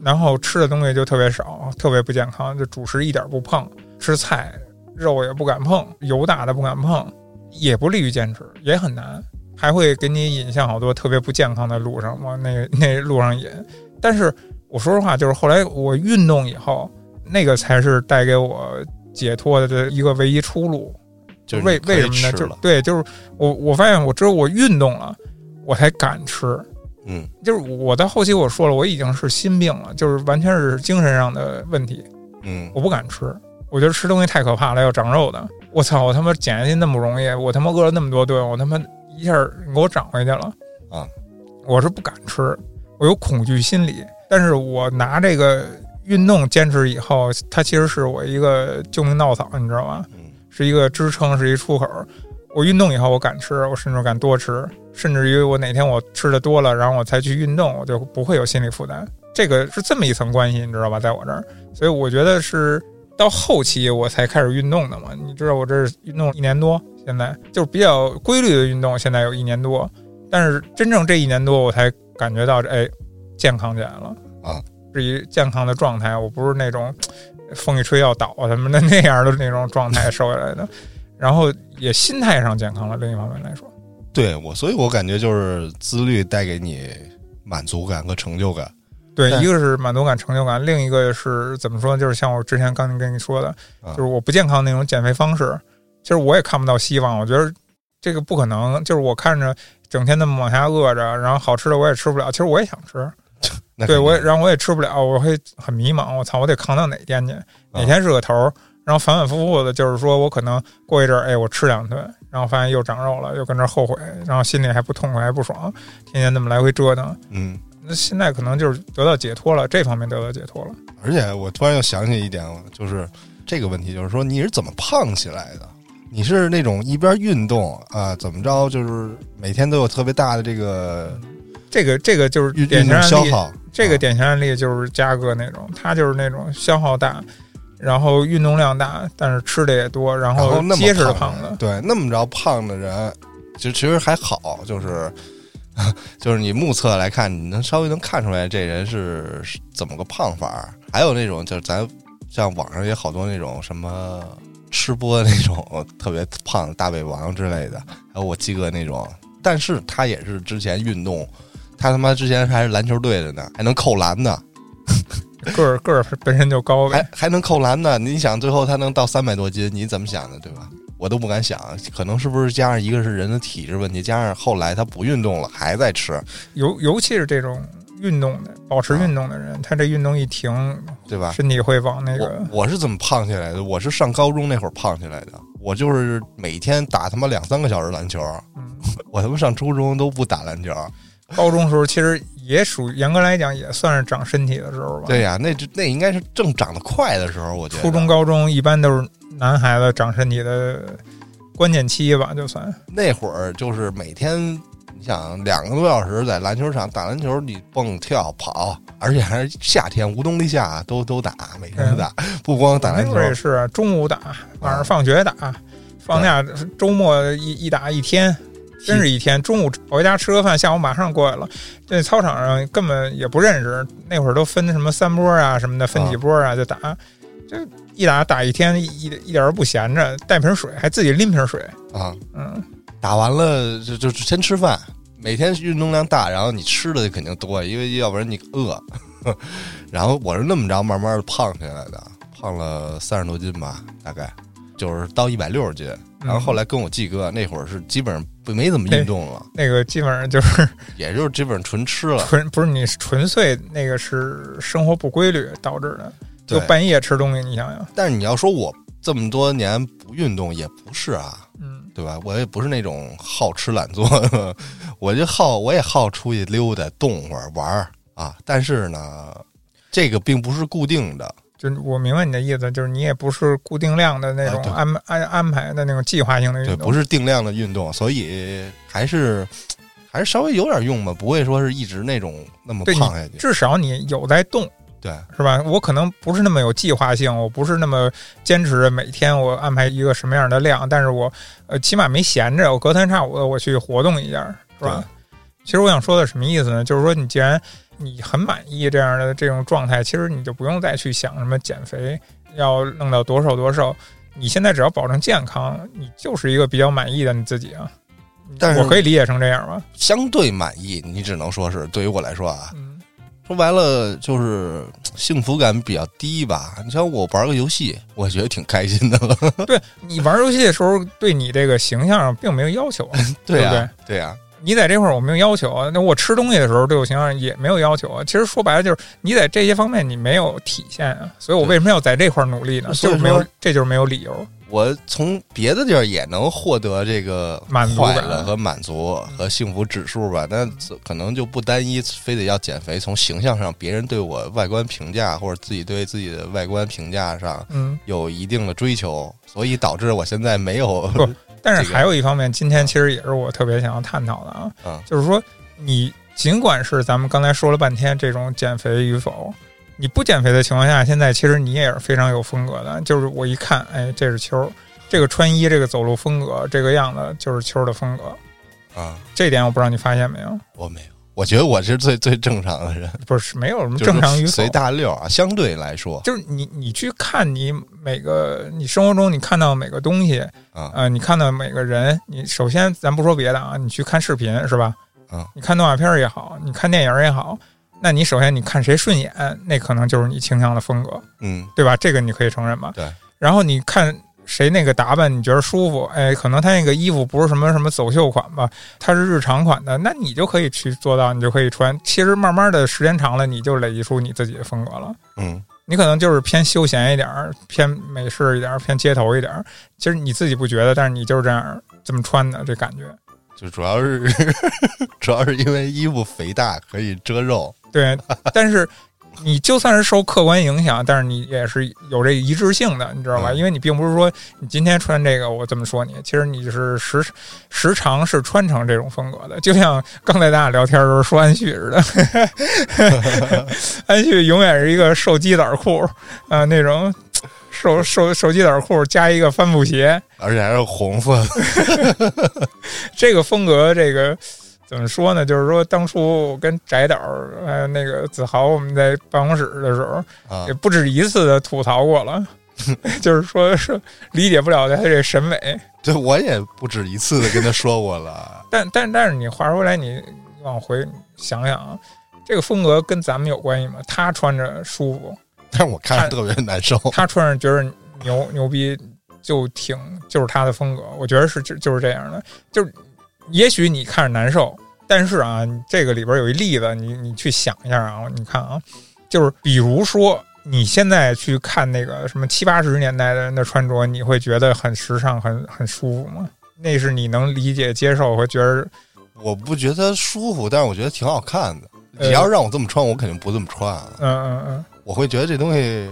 S1: 然后吃的东西就特别少，特别不健康，就主食一点不碰，吃菜肉也不敢碰，油大的不敢碰，也不利于坚持，也很难，还会给你引向好多特别不健康的路上往那那路上引。但是我说实话，就是后来我运动以后，那个才是带给我解脱的一个唯一出路。
S2: 就是
S1: 为
S2: 你可
S1: 为
S2: 以
S1: 什么呢？
S2: 吃
S1: 就是
S2: 了
S1: 对，就是我我发现我只有我运动了，我才敢吃。
S2: 嗯，
S1: 就是我到后期我说了，我已经是心病了，就是完全是精神上的问题，
S2: 嗯，
S1: 我不敢吃。我觉得吃东西太可怕了，要长肉的。我操！我他妈减下去那么容易，我他妈饿了那么多顿，我他妈一下给我长回去了
S2: 啊！
S1: 我是不敢吃，我有恐惧心理。但是我拿这个运动坚持以后，它其实是我一个救命稻草，你知道吗？
S2: 嗯
S1: 是一个支撑，是一出口。我运动以后，我敢吃，我甚至敢多吃，甚至于我哪天我吃的多了，然后我才去运动，我就不会有心理负担。这个是这么一层关系，你知道吧？在我这儿，所以我觉得是到后期我才开始运动的嘛。你知道我这运动一年多，现在就是比较规律的运动，现在有一年多，但是真正这一年多我才感觉到，哎，健康起来了
S2: 啊，
S1: 是一健康的状态，我不是那种风一吹要倒啊什么的那样的那种状态瘦下来的，然后也心态上健康了。另一方面来说，
S2: 对我，所以我感觉就是自律带给你满足感和成就感。
S1: 对，
S2: 对
S1: 一个是满足感、成就感，另一个是怎么说呢？就是像我之前刚才跟你说的，
S2: 啊
S1: 就是我不健康那种减肥方式，其实我也看不到希望。我觉得这个不可能，就是我看着整天那么往下饿着，然后好吃的我也吃不了，其实我也想吃，
S2: 那
S1: 对
S2: 肯
S1: 我也，
S2: 定
S1: 然后我也吃不了，我会很迷茫。我操，我得扛到哪天去？哪
S2: 啊
S1: 天是个头儿？然后反反复复的，就是说我可能过一阵儿，哎，我吃两顿，然后发现又长肉了，又跟这儿后悔，然后心里还不痛快，还不爽，天天那么来回折腾。
S2: 嗯，
S1: 那现在可能就是得到解脱了，这方面得到解脱了。
S2: 而且我突然又想起一点，就是这个问题，就是说你是怎么胖起来的？你是那种一边运动啊，怎么着，就是每天都有特别大的这个
S1: 这个这个就是
S2: 运
S1: 典型
S2: 运动
S1: 案
S2: 消
S1: 例，
S2: 耗，啊
S1: 这个
S2: 点
S1: 典型案例就是嘉哥那种，他就是那种消耗大，然后运动量大，但是吃的也多，然
S2: 然
S1: 后
S2: 后那么
S1: 结实的
S2: 胖啊
S1: 胖子。
S2: 对，那么着胖的人，就其实还好，就是。 就是你目测来看，你能稍微能看出来这人是是怎么个胖法儿。还有那种就是咱像网上也好多那种什么吃吃播那种特别胖的大胃王之类的，还有我鸡哥那种，但是他也是之前运动，他他妈之前还是篮球队的呢，还能扣篮呢，
S1: 个儿个儿本身就高呗
S2: 还。还能扣篮呢。你想最后他能到三百多斤，你怎么想的，对吧？我都不敢想，可能是不是加上一个是人的体质问题，加上后来他不运动了，还在吃，
S1: 尤尤其是这种运动的，保持运动的人，他这运动一停，
S2: 对吧？
S1: 身体会往那个
S2: 我我是怎么胖起来的？我是上高中那会儿胖起来的，我就是每天打他妈两三个小时篮球，
S1: 嗯，
S2: 我他妈上初中都不打篮球。
S1: 高中时候其实也属于严格来讲也算是长身体的时候吧。
S2: 对呀、那就那应该是正长得快的时候，我觉得
S1: 初中、高中一般都是男孩子长身体的关键期吧，就算
S2: 那会儿就是每天，你想两个多小时在篮球场打篮球，你蹦跳跑，而且还是夏天无冬立夏都都打，每天都打，不光打
S1: 嗯那
S2: 篮球啊
S1: 会，儿也是啊中午打，晚上放学打，放假周末一一打一天。真是一天，中午跑回家吃个饭，下午马上过来了。这操场上根本也不认识，那会儿都分什么三波啊什么的，分几波啊就打，就一打打一天，一一一点儿不闲着，带瓶水，还自己拎瓶水，
S2: 啊，
S1: 嗯，
S2: 打完了就就就先吃饭。每天运动量大，然后你吃的肯定多，因为要不然你饿。 然后我是那么着慢慢的胖起来的，胖了三十多斤吧，大概就是到一百六十斤。然后后
S1: 来
S2: 来跟我季哥那会儿是基本上不没怎么运动了，
S1: 那个基本上就是
S2: 也就是基本上纯吃了。
S1: 纯不是你纯粹那个是生活不规律导致的，就
S2: 对，
S1: 半夜吃东西，你想想，
S2: 但是你要说我这么多年不运动也不是啊，
S1: 嗯，
S2: 对吧？我也不是那种好吃懒做 的，我就好我也好出去溜达、动会儿、玩儿啊。但是呢，这个并不是固定的，
S1: 就我明白你的意思，就是你也不是固定量的那种
S2: 哎对
S1: 安安安排的那种计划性的运
S2: 对，
S1: 动，
S2: 不是定量的运动，所以还是还是稍微有点用吧，不会说是一直那种那么
S1: 对你
S2: 胖下去。
S1: 至少你有在动。
S2: 对，
S1: 是吧？我可能不是那么有计划性，我不是那么坚持着每天我安排一个什么样的量，但是我呃起码没闲着，我隔三差五的我去活动一下，是吧？其实我想说的什么意思呢？就是说你既然你很满意这样的这种状态，其实你就不用再去想什么减肥要弄到多瘦多瘦，你现在只要保证健康，你就是一个比较满意的你自己啊。
S2: 但是
S1: 我可以理解成这样吧？
S2: 相对满意，你只能说是对于我来说啊，
S1: 嗯，
S2: 说白了就是嘖幸福感比较低吧。你像我玩个游戏，我觉得挺开心的了。
S1: 对你玩游戏的时候，对你这个形象并没有要求啊。
S2: 对
S1: 对
S2: 呀、
S1: 不
S2: 对啊呀、
S1: 你在这块儿我没有要求啊，那我吃东西的时候对我形象也没有要求啊。其实说白了就是你在这些方面你没有体现啊，所以我为什么要在这块儿努力呢？
S2: 所
S1: 就
S2: 以
S1: 是没
S2: 说
S1: 有，这就是没有理由。
S2: 我从别的地儿也能获得这个
S1: 满足
S2: 快
S1: 感嗯
S2: 乐和满足和幸福指数吧，但可能就不单一，非得要减肥。从形象上，别人对我外观评价或者自己对自己的外观评价上
S1: 嗯，
S2: 有一定的追求，所以导致我现在没有
S1: 不但
S2: 这
S1: 是
S2: 个
S1: 还有一方面，今天其实也是我特别想要探讨的啊，
S2: 嗯
S1: 就是说你尽管是咱们刚才说了半天这种减肥与否。你不减肥的情况下，现在其实你也是非常有风格的。就是我一看，哎，这是秋儿，这个穿衣、这个走路风格、这个样子，就是秋儿的风格。
S2: 啊，
S1: 这点我不知道你发现没有？
S2: 我没有。我觉得我是最最正常的人，
S1: 不是没有什么
S2: 就是
S1: 正常与否
S2: 随，大溜啊，相对来说
S1: 就是你你去看你每个你生活中你看到每个东西，
S2: 啊，
S1: 呃，你看到每个人，你首先咱不说别的啊，你去看视频是吧？
S2: 嗯
S1: 你看动画片儿也好，你看电影儿也好，那你首先你看谁顺眼，那可能就是你倾向的风格，
S2: 嗯，
S1: 对吧？这个你可以承认吧？
S2: 对。
S1: 然后你看谁那个打扮你觉得舒服，哎，可能他那个衣服不是什么什么走秀款吧，他是日常款的，那你就可以去做到，你就可以穿。其实慢慢的时间长了，你就累积出你自己的风格了。
S2: 嗯，
S1: 你可能就是偏休闲一点儿，偏美式一点儿，偏街头一点儿。其实你自己不觉得，但是你就是这样儿这么穿的，这感觉。
S2: 就主要是 主要是因为衣服肥大可以遮肉，
S1: 对， 但是你就算是受客观影响，但是你也是有这一致性的，你知道吧？
S2: 嗯
S1: 因为你并不是说你今天穿这个，我这么说你，其实你是时时常是穿成这种风格的。就像刚才咱俩聊天的时候说安旭似的，安旭永远是一个瘦鸡仔裤啊、呃那种瘦瘦瘦鸡仔裤加一个帆布鞋，
S2: 而且还是红色的。
S1: 这个风格，这个怎么说呢？就是说，当初我跟翟导还有那个子豪，我们在办公室的时候，
S2: 啊
S1: 也不止一次的吐槽过了。 就是说说理解不了他这审美。
S2: 对，我也不止一次的跟他说过了。
S1: 但但但是你话说回来，你往回想想啊，这个风格跟咱们有关系吗？他穿着舒服，
S2: 但是我看着特别难受。
S1: 他穿上觉得牛牛逼，就挺就是他的风格。我觉得是就就是这样的，就是也许你看着难受，但是啊，这个里边有一例子，你你去想一下啊，你看啊，就是比如说。你现在去看那个什么七八十年代的人的穿着，你会觉得很时尚、很很舒服吗？那是你能理解、接受和觉得
S2: 我不觉得舒服，但是我觉得挺好看的。
S1: 呃
S2: 你要让我这么穿，我肯定不这么穿啊。
S1: 嗯嗯嗯，
S2: 我会觉得这东西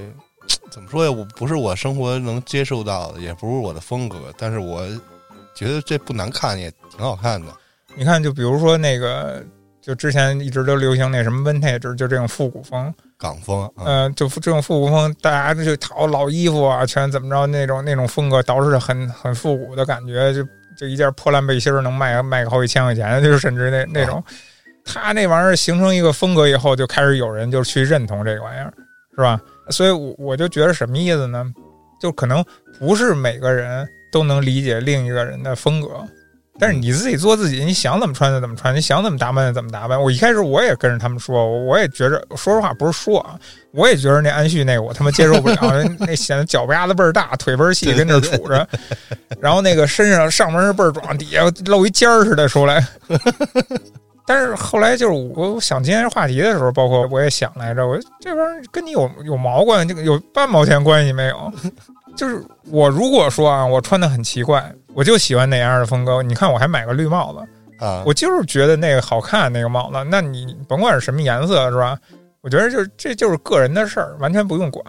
S2: 怎么说呀？我不是我生活能接受到的，也不是我的风格，但是我觉得这不难看，也挺好看的。
S1: 你看，就比如说那个，就之前一直都流行那什么 vintage，就这种复古风，
S2: 港风啊，
S1: 嗯、就这种复古风，大家就去淘老衣服啊，全怎么着那种那种风格，捯饬的很很复古的感觉，就就一件破烂背心儿能卖卖个好几千块钱，就是甚至那那种，他那玩意儿形成一个风格以后，就开始有人就去认同这个玩意儿，是吧？所以我我就觉得什么意思呢？就可能不是每个人都能理解另一个人的风格，但是你自己做自己，你想怎么穿就怎么穿，你想怎么打扮就怎么打扮。我一开始我也跟着他们说，我我也觉着，说实话不是说啊，我也觉着那安旭那个我他妈接受不了，那显得脚丫子倍儿大，腿倍儿细，跟那儿杵着，然后那个身上上半身倍儿壮，底下露一尖儿似的出来。但是后来就是我我想今天这话题的时候，包括我也想来着，我说这玩意儿跟你有有毛关系，这个有半毛钱关系没有？就是我如果说啊，我穿的很奇怪，我就喜欢那样的风格。你看，我还买个绿帽子，
S2: 啊，
S1: 我就是觉得那个好看，那个帽子。那你甭管是什么颜色，是吧？我觉得就是这就是个人的事儿，完全不用管。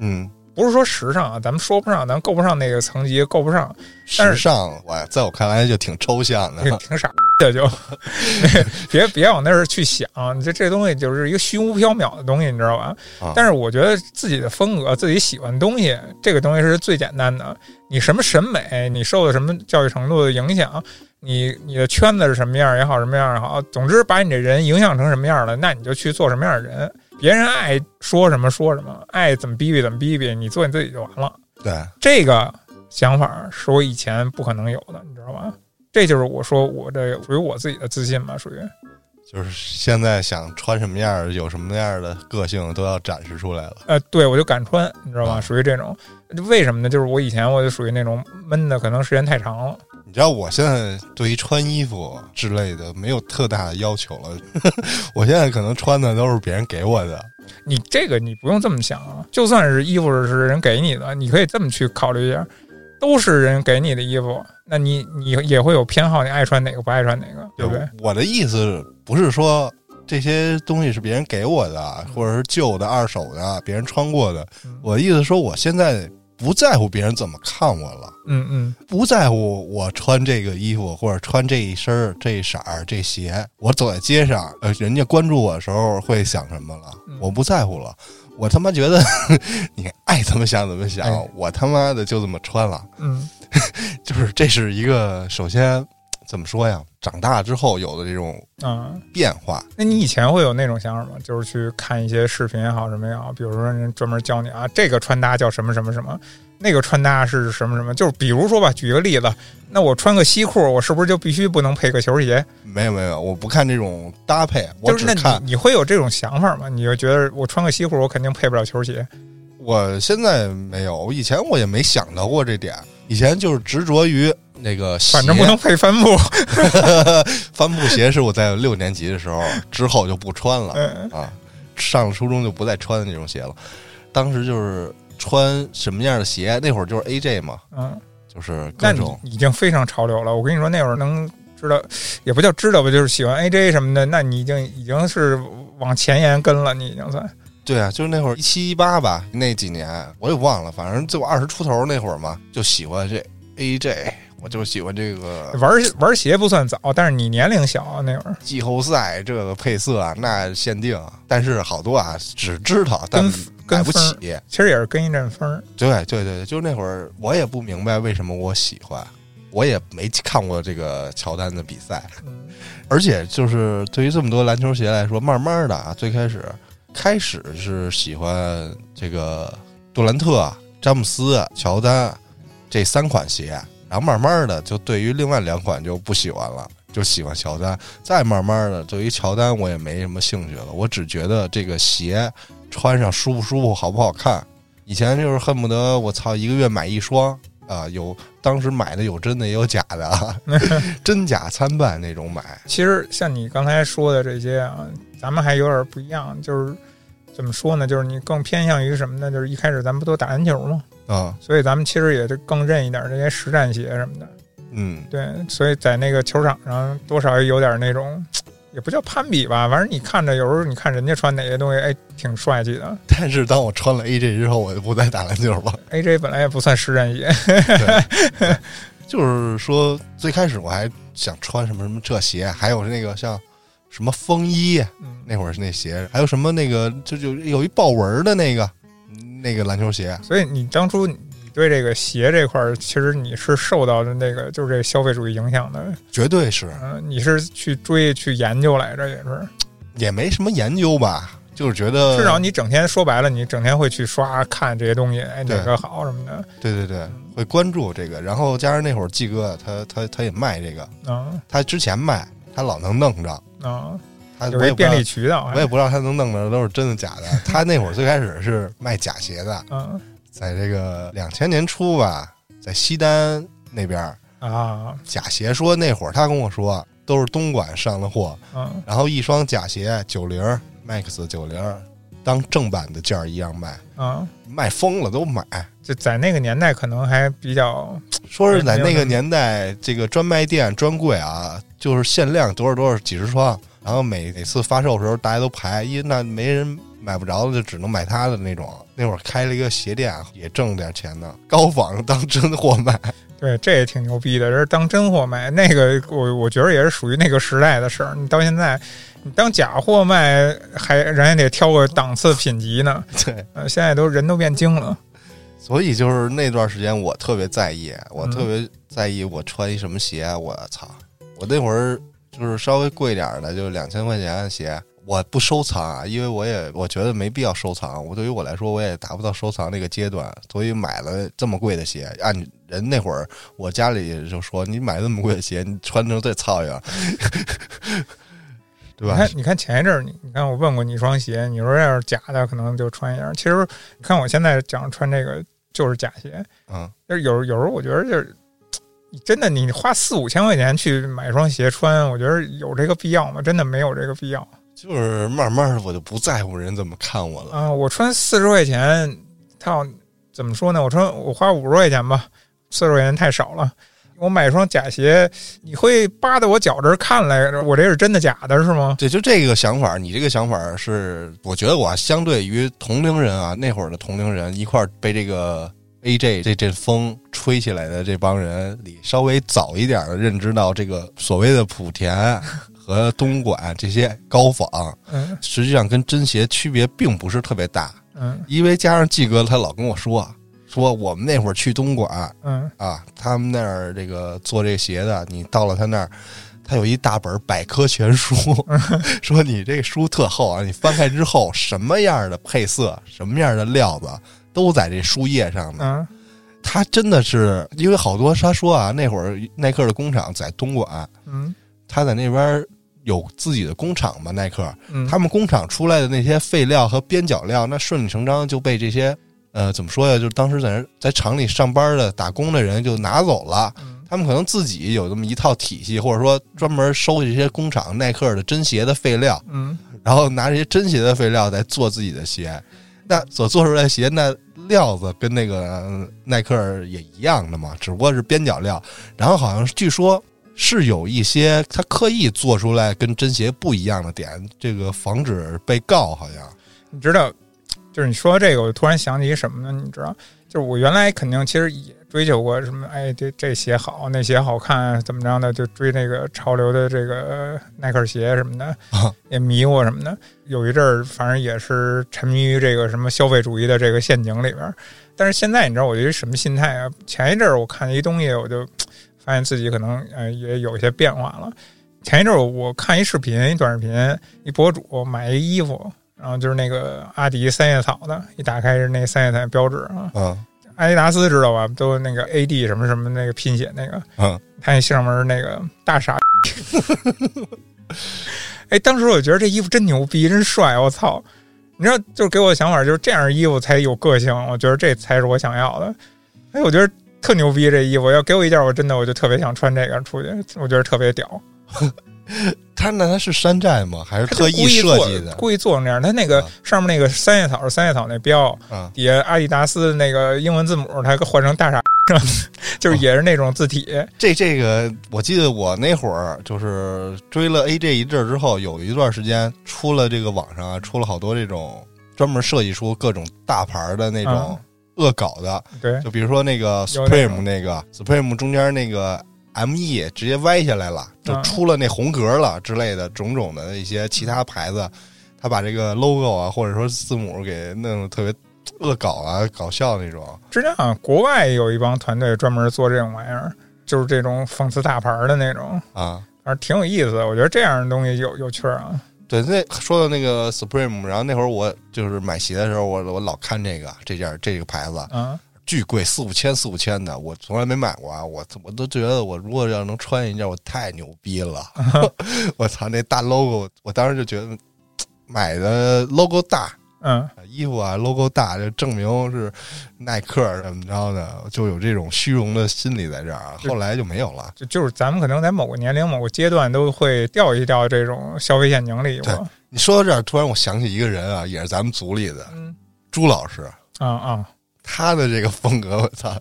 S2: 嗯，
S1: 不是说时尚啊，咱们说不上，咱够不上那个层级，够不上，但
S2: 时
S1: 是嗯
S2: 尚，我在我看来就挺抽象
S1: 挺
S2: 的。
S1: 挺傻的 就，别别往那儿去想，这这东西就是一个虚无缥缈的东西，你知道吧？
S2: 啊
S1: 但是我觉得自己的风格、自己喜欢的东西，这个东西是最简单的。你什么审美，你受的什么教育程度的影响，你你的圈子是什么样也好，什么样也好，总之把你这人影响成什么样了，那你就去做什么样的人。别人爱说什么说什么，爱怎么逼逼怎么逼逼，你做你自己就完了。
S2: 对，
S1: 这个想法是我以前不可能有的，你知道吧？这就是我说我这属于我自己的自信吧，属于
S2: 就是现在想穿什么样儿，有什么样儿的个性都要展示出来了。
S1: 呃，对我就敢穿，你知道吧？
S2: 啊
S1: 属于这种，为什么呢？就是我以前我就属于那种闷的，可能时间太长了。
S2: 你知道我现在对于穿衣服之类的没有特大的要求了， 我现在可能穿的都是别人给我的。
S1: 你这个你不用这么想啊，就算是衣服是人给你的，你可以这么去考虑一下，都是人给你的衣服，那你你也会有偏好，你爱穿哪个不爱穿哪个，对不对？
S2: 我的意思不是说这些东西是别人给我
S1: 嗯
S2: 的，或者是旧的、二手的、别人穿过的。我的意思说，我现在不在乎别人怎么看我了，
S1: 嗯嗯，
S2: 不在乎我穿这个衣服或者穿这一身儿、这一色儿、这鞋。我走在街上，呃，人家关注我的时候会想什么了
S1: 嗯，
S2: 我不在乎了。我他妈觉得 你爱怎么想怎么想，
S1: 哎
S2: 我他妈的就这么穿了。
S1: 嗯
S2: 就是这是一个，首先怎么说呀？长大之后有的这种
S1: 嗯啊。
S2: 变化，
S1: 那你以前会有那种想法吗？就是去看一些视频也好，什么也好，比如说人专门教你啊，这个穿搭叫什么什么什么，那个穿搭是什么什么。就是比如说吧，举个例子，那我穿个西裤，我是不是就必须不能配个球鞋？
S2: 没有没有，我不看这种搭配，我
S1: 就是
S2: 只
S1: 那
S2: 看
S1: 你你会有这种想法吗？你就觉得我穿个西裤，我肯定配不了球鞋。
S2: 我现在没有，我以前我也没想到过这点，以前就是执着于那个鞋，
S1: 反正不能配帆 布。
S2: 帆布鞋是我在六年级的时候之后就不穿了
S1: 嗯
S2: 啊，上初中就不再穿这种鞋了，当时就是穿什么样的鞋，那会儿就是 AJ 嘛，
S1: 嗯，
S2: 就是各
S1: 那你
S2: 种
S1: 已经非常潮流了。我跟你说，那会儿能知道，也不叫知道吧，就是喜欢 AJ 什么的，那你已经已经是往前沿跟了，你已经算。
S2: 对啊，就是那会儿一七一八吧，那几年我也忘了，反正就二十出头那会儿嘛，就喜欢这 AJ，我就喜欢这个
S1: 玩玩鞋不算早，但是你年龄小啊那会儿，
S2: 季后赛这个配色啊，那限定，但是好多啊只知道，但
S1: 跟
S2: 买不
S1: 风
S2: 起。
S1: 其实也是跟一阵风儿。
S2: 对对对对，就是那会儿我也不明白为什么我喜欢，我也没看过这个乔丹的比赛，
S1: 嗯
S2: 而且就是对于这么多篮球鞋来说，慢慢的啊，最开始开始是喜欢这个杜兰特、詹姆斯、乔丹啊这三款鞋，然后慢慢的就对于另外两款就不喜欢了，就喜欢乔丹。再慢慢的，对于乔丹我也没什么兴趣了，我只觉得这个鞋穿上舒不舒服、好不好看。以前就是恨不得我操一个月买一双啊，有当时买的有真的也有假的 啊，真假参半那种买。
S1: 其实像你刚才说的这些啊，咱们还有点不一样，就是怎么说呢？就是你更偏向于什么呢？就是一开始咱们不都打篮球吗？
S2: 啊，
S1: 所以咱们其实也就更认一点这些实战鞋什么的。
S2: 嗯，
S1: 对，所以在那个球场上，多少也有点那种，也不叫攀比吧，反正你看着有时候你看人家穿哪些东西，哎，挺帅气的。
S2: 但是当我穿了 AJ 之后，我就不再打篮球 了。
S1: AJ 本来也不算实战鞋，
S2: 对，就是说最开始我还想穿什么什么这鞋，还有那个像什么风衣，
S1: 嗯，
S2: 那会儿是那鞋，还有什么那个就就有一豹纹的那个那个篮球鞋，
S1: 所以你当初你对这个鞋这块儿，其实你是受到的那个就是这个消费主义影响的，
S2: 绝对是
S1: 嗯、你是去追去研究来着，也是，
S2: 也没什么研究吧，就是啊觉得
S1: 至少你整天说白了，你整天会去刷看这些东西，哎，
S2: 对
S1: 哪个好什么的，
S2: 对对对会关注这个，然后加上那会儿季哥他他他也卖这个，
S1: 嗯
S2: 他之前卖他老能弄着，
S1: 嗯，
S2: 他
S1: 有
S2: 我
S1: 一
S2: 也不知道
S1: 便利渠道，哎
S2: 我也
S1: 还
S2: 不知道他能弄着都是真的假的， 他那会儿最开始是卖假鞋的。
S1: 嗯
S2: 在这个两千年初吧，在西单那边儿，
S1: 啊
S2: 假鞋说那会儿他跟我说都是东莞上的货，
S1: 嗯
S2: 然后一双假鞋九零 Max 九零，当正版的价儿一样卖，
S1: 嗯，
S2: 卖疯了都买。
S1: 就在那个年代可能还比较
S2: 说是在那个年代，这个专卖店专柜啊，就是限量多少多少几十双，然后每每次发售的时候大家都排，因那没人买不着的，就只能买它的那种。那会儿开了一个鞋店，也挣点钱呢，高仿当真货卖。
S1: 对，这也挺牛逼的，这是当真货卖。那个我我觉得也是属于那个时代的事儿。你到现在，你当假货卖，还人还得挑个档次品级呢。
S2: 对，
S1: 呃，现在都人都变精了。
S2: 所以就是那段时间，我特别在意，我特别在意我穿一什么鞋。我操，我那会儿就是稍微贵点儿的，就是两千块钱的鞋，我不收藏啊，因为我也我觉得没必要收藏。我对于我来说，我也达不到收藏那个阶段，所以买了这么贵的鞋。按人那会儿，我家里就说你买这么贵的鞋，你穿成这操 样，
S1: 你
S2: 对吧
S1: 看？，你看前一阵儿，你你看我问过你一双鞋，你说要是假的，可能就穿一样。其实你看我现在讲穿这个就是假鞋，
S2: 嗯，
S1: 就是有有时候我觉得就是。你真的，你花四五千块钱去买双鞋穿，我觉得有这个必要吗？真的没有这个必要。
S2: 就是慢慢的我就不在乎人怎么看我了。
S1: 啊、我穿四十块钱，他要怎么说呢？我穿我花五十块钱吧，四十块钱太少了。我买双假鞋，你会扒到我脚这儿看来着，我这是真的假的是吗？
S2: 对，就这个想法，你这个想法是，我觉得我相对于同龄人啊，那会儿的同龄人一块儿被这个 AJ 这阵风吹起来的这帮人里，稍微早一点的认知到这个所谓的莆田和东莞这些高仿，
S1: 嗯
S2: 实际上跟真鞋区别并不是特别大，
S1: 嗯
S2: 因为加上季哥他老跟我说，啊说我们那会儿去东莞，
S1: 嗯
S2: 啊，他们那儿这个做这个鞋的，你到了他那儿，他有一大本百科全书，说你这书特厚啊，你翻开之后，什么样的配色，什么样的料子都在这书页上呢。
S1: 嗯
S2: 他真的是因为好多他说啊，那会儿耐克的工厂在东莞，
S1: 嗯
S2: 他在那边有自己的工厂嘛，耐克，
S1: 嗯，
S2: 他们工厂出来的那些废料和边角料，那顺理成章就被这些呃怎么说呀？就是当时在那在厂里上班的打工的人就拿走了。
S1: 嗯
S2: 他们可能自己有这么一套体系，或者说专门收集这些工厂耐克的真鞋的废料，
S1: 嗯，
S2: 然后拿这些真鞋的废料再做自己的鞋。那所做出来的鞋，那料子跟那个呃耐克也一样的嘛，只不过是边角料。然后好像据说是有一些他刻意做出来跟真鞋不一样的点，这个防止被告好像。
S1: 你知道，就是你说这个，我突然想起什么呢？你知道，就是我原来肯定其实也追求过什么，哎，这这鞋好，那鞋好看，怎么着的，就追那个潮流的这个耐克鞋什么的，也迷惑什么的。有一阵儿，反正也是沉迷于这个什么消费主义的这个陷阱里边儿。但是现在你知道我一什么心态啊？前一阵儿我看一东西，我就发现自己可能呃也有一些变化了。前一阵儿我看一视频，一短视频，一博主买一衣服，然后就是那个阿迪三叶草的，一打开是那三叶草标志啊，
S2: 嗯，
S1: 阿迪达斯知道吧？都那个 A D 什么什么那个拼写那个，
S2: 嗯，
S1: 他那上面那个大傻。 哎，当时我觉得这衣服真牛逼，真帅！我操，你知道，就是给我的想法就是这样的衣服才有个性，我觉得这才是我想要的。哎，我觉得特牛逼这衣服，要给我一件，我真的我就特别想穿这个出去，我觉得特别屌。
S2: 他那他是山寨吗？还是
S1: 他就
S2: 特
S1: 故
S2: 意
S1: 意
S2: 设
S1: 做
S2: 计的？
S1: 故意做成这样。他那个
S2: 啊
S1: 上面那个三叶草是三叶草那标，
S2: 啊，
S1: 底下阿迪达斯的那个英文字母，他换成大傻，
S2: 嗯
S1: 就是也是那种字体。
S2: 这这个，我记得我那会儿就是追了 AJ 一阵儿之后，有一段时间出了这个网上啊，出了好多这种专门设计出各种大牌儿的那种
S1: 啊
S2: 恶搞的，
S1: 对，
S2: 就比如说那个
S1: 有那
S2: Supreme
S1: 种
S2: 那个 Supreme 中间那个 M E 直接歪下来了，就
S1: 嗯
S2: 出了那红格了之类的种种的一些其他牌子，他把这个 logo 啊或者说字母给弄得特别恶搞啊搞笑那种。
S1: 之前好像国外有一帮团队专门做这种玩意儿，就是这种讽刺大牌儿的那种，
S2: 啊，
S1: 反正挺有意思的。我觉得这样的东西有有趣儿啊。
S2: 对，那说到那个 Supreme，然后那会儿我就是买鞋的时候，我我老看这个这件这个牌子
S1: 嗯，
S2: 巨贵，四五千四五千的，我从来没买过啊，我我都觉得我如果要能穿一件，我太牛逼了，我操那大 logo，我当时就觉得买的 logo 大。
S1: 嗯，
S2: 衣服啊，logo 大，就证明是耐克怎么着的，就有这种虚荣的心理在这儿啊。后来就没有了。
S1: 就就是咱们可能在某个年龄、某个阶段都会掉一掉这种消费陷阱里吧。
S2: 你说到这儿，突然我想起一个人啊，也是咱们组里的
S1: 嗯，
S2: 朱老师，
S1: 啊啊，
S2: 他的这个风格，我操，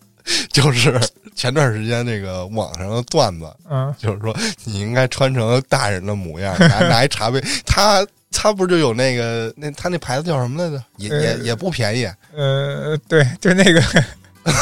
S2: 就是前段时间那个网上的段子，
S1: 嗯，
S2: 就是说你应该穿成大人的模样，拿拿一茶杯，他他不是就有那个那他那牌子叫什么来着？也也也不便宜，
S1: 呃，对，就那个。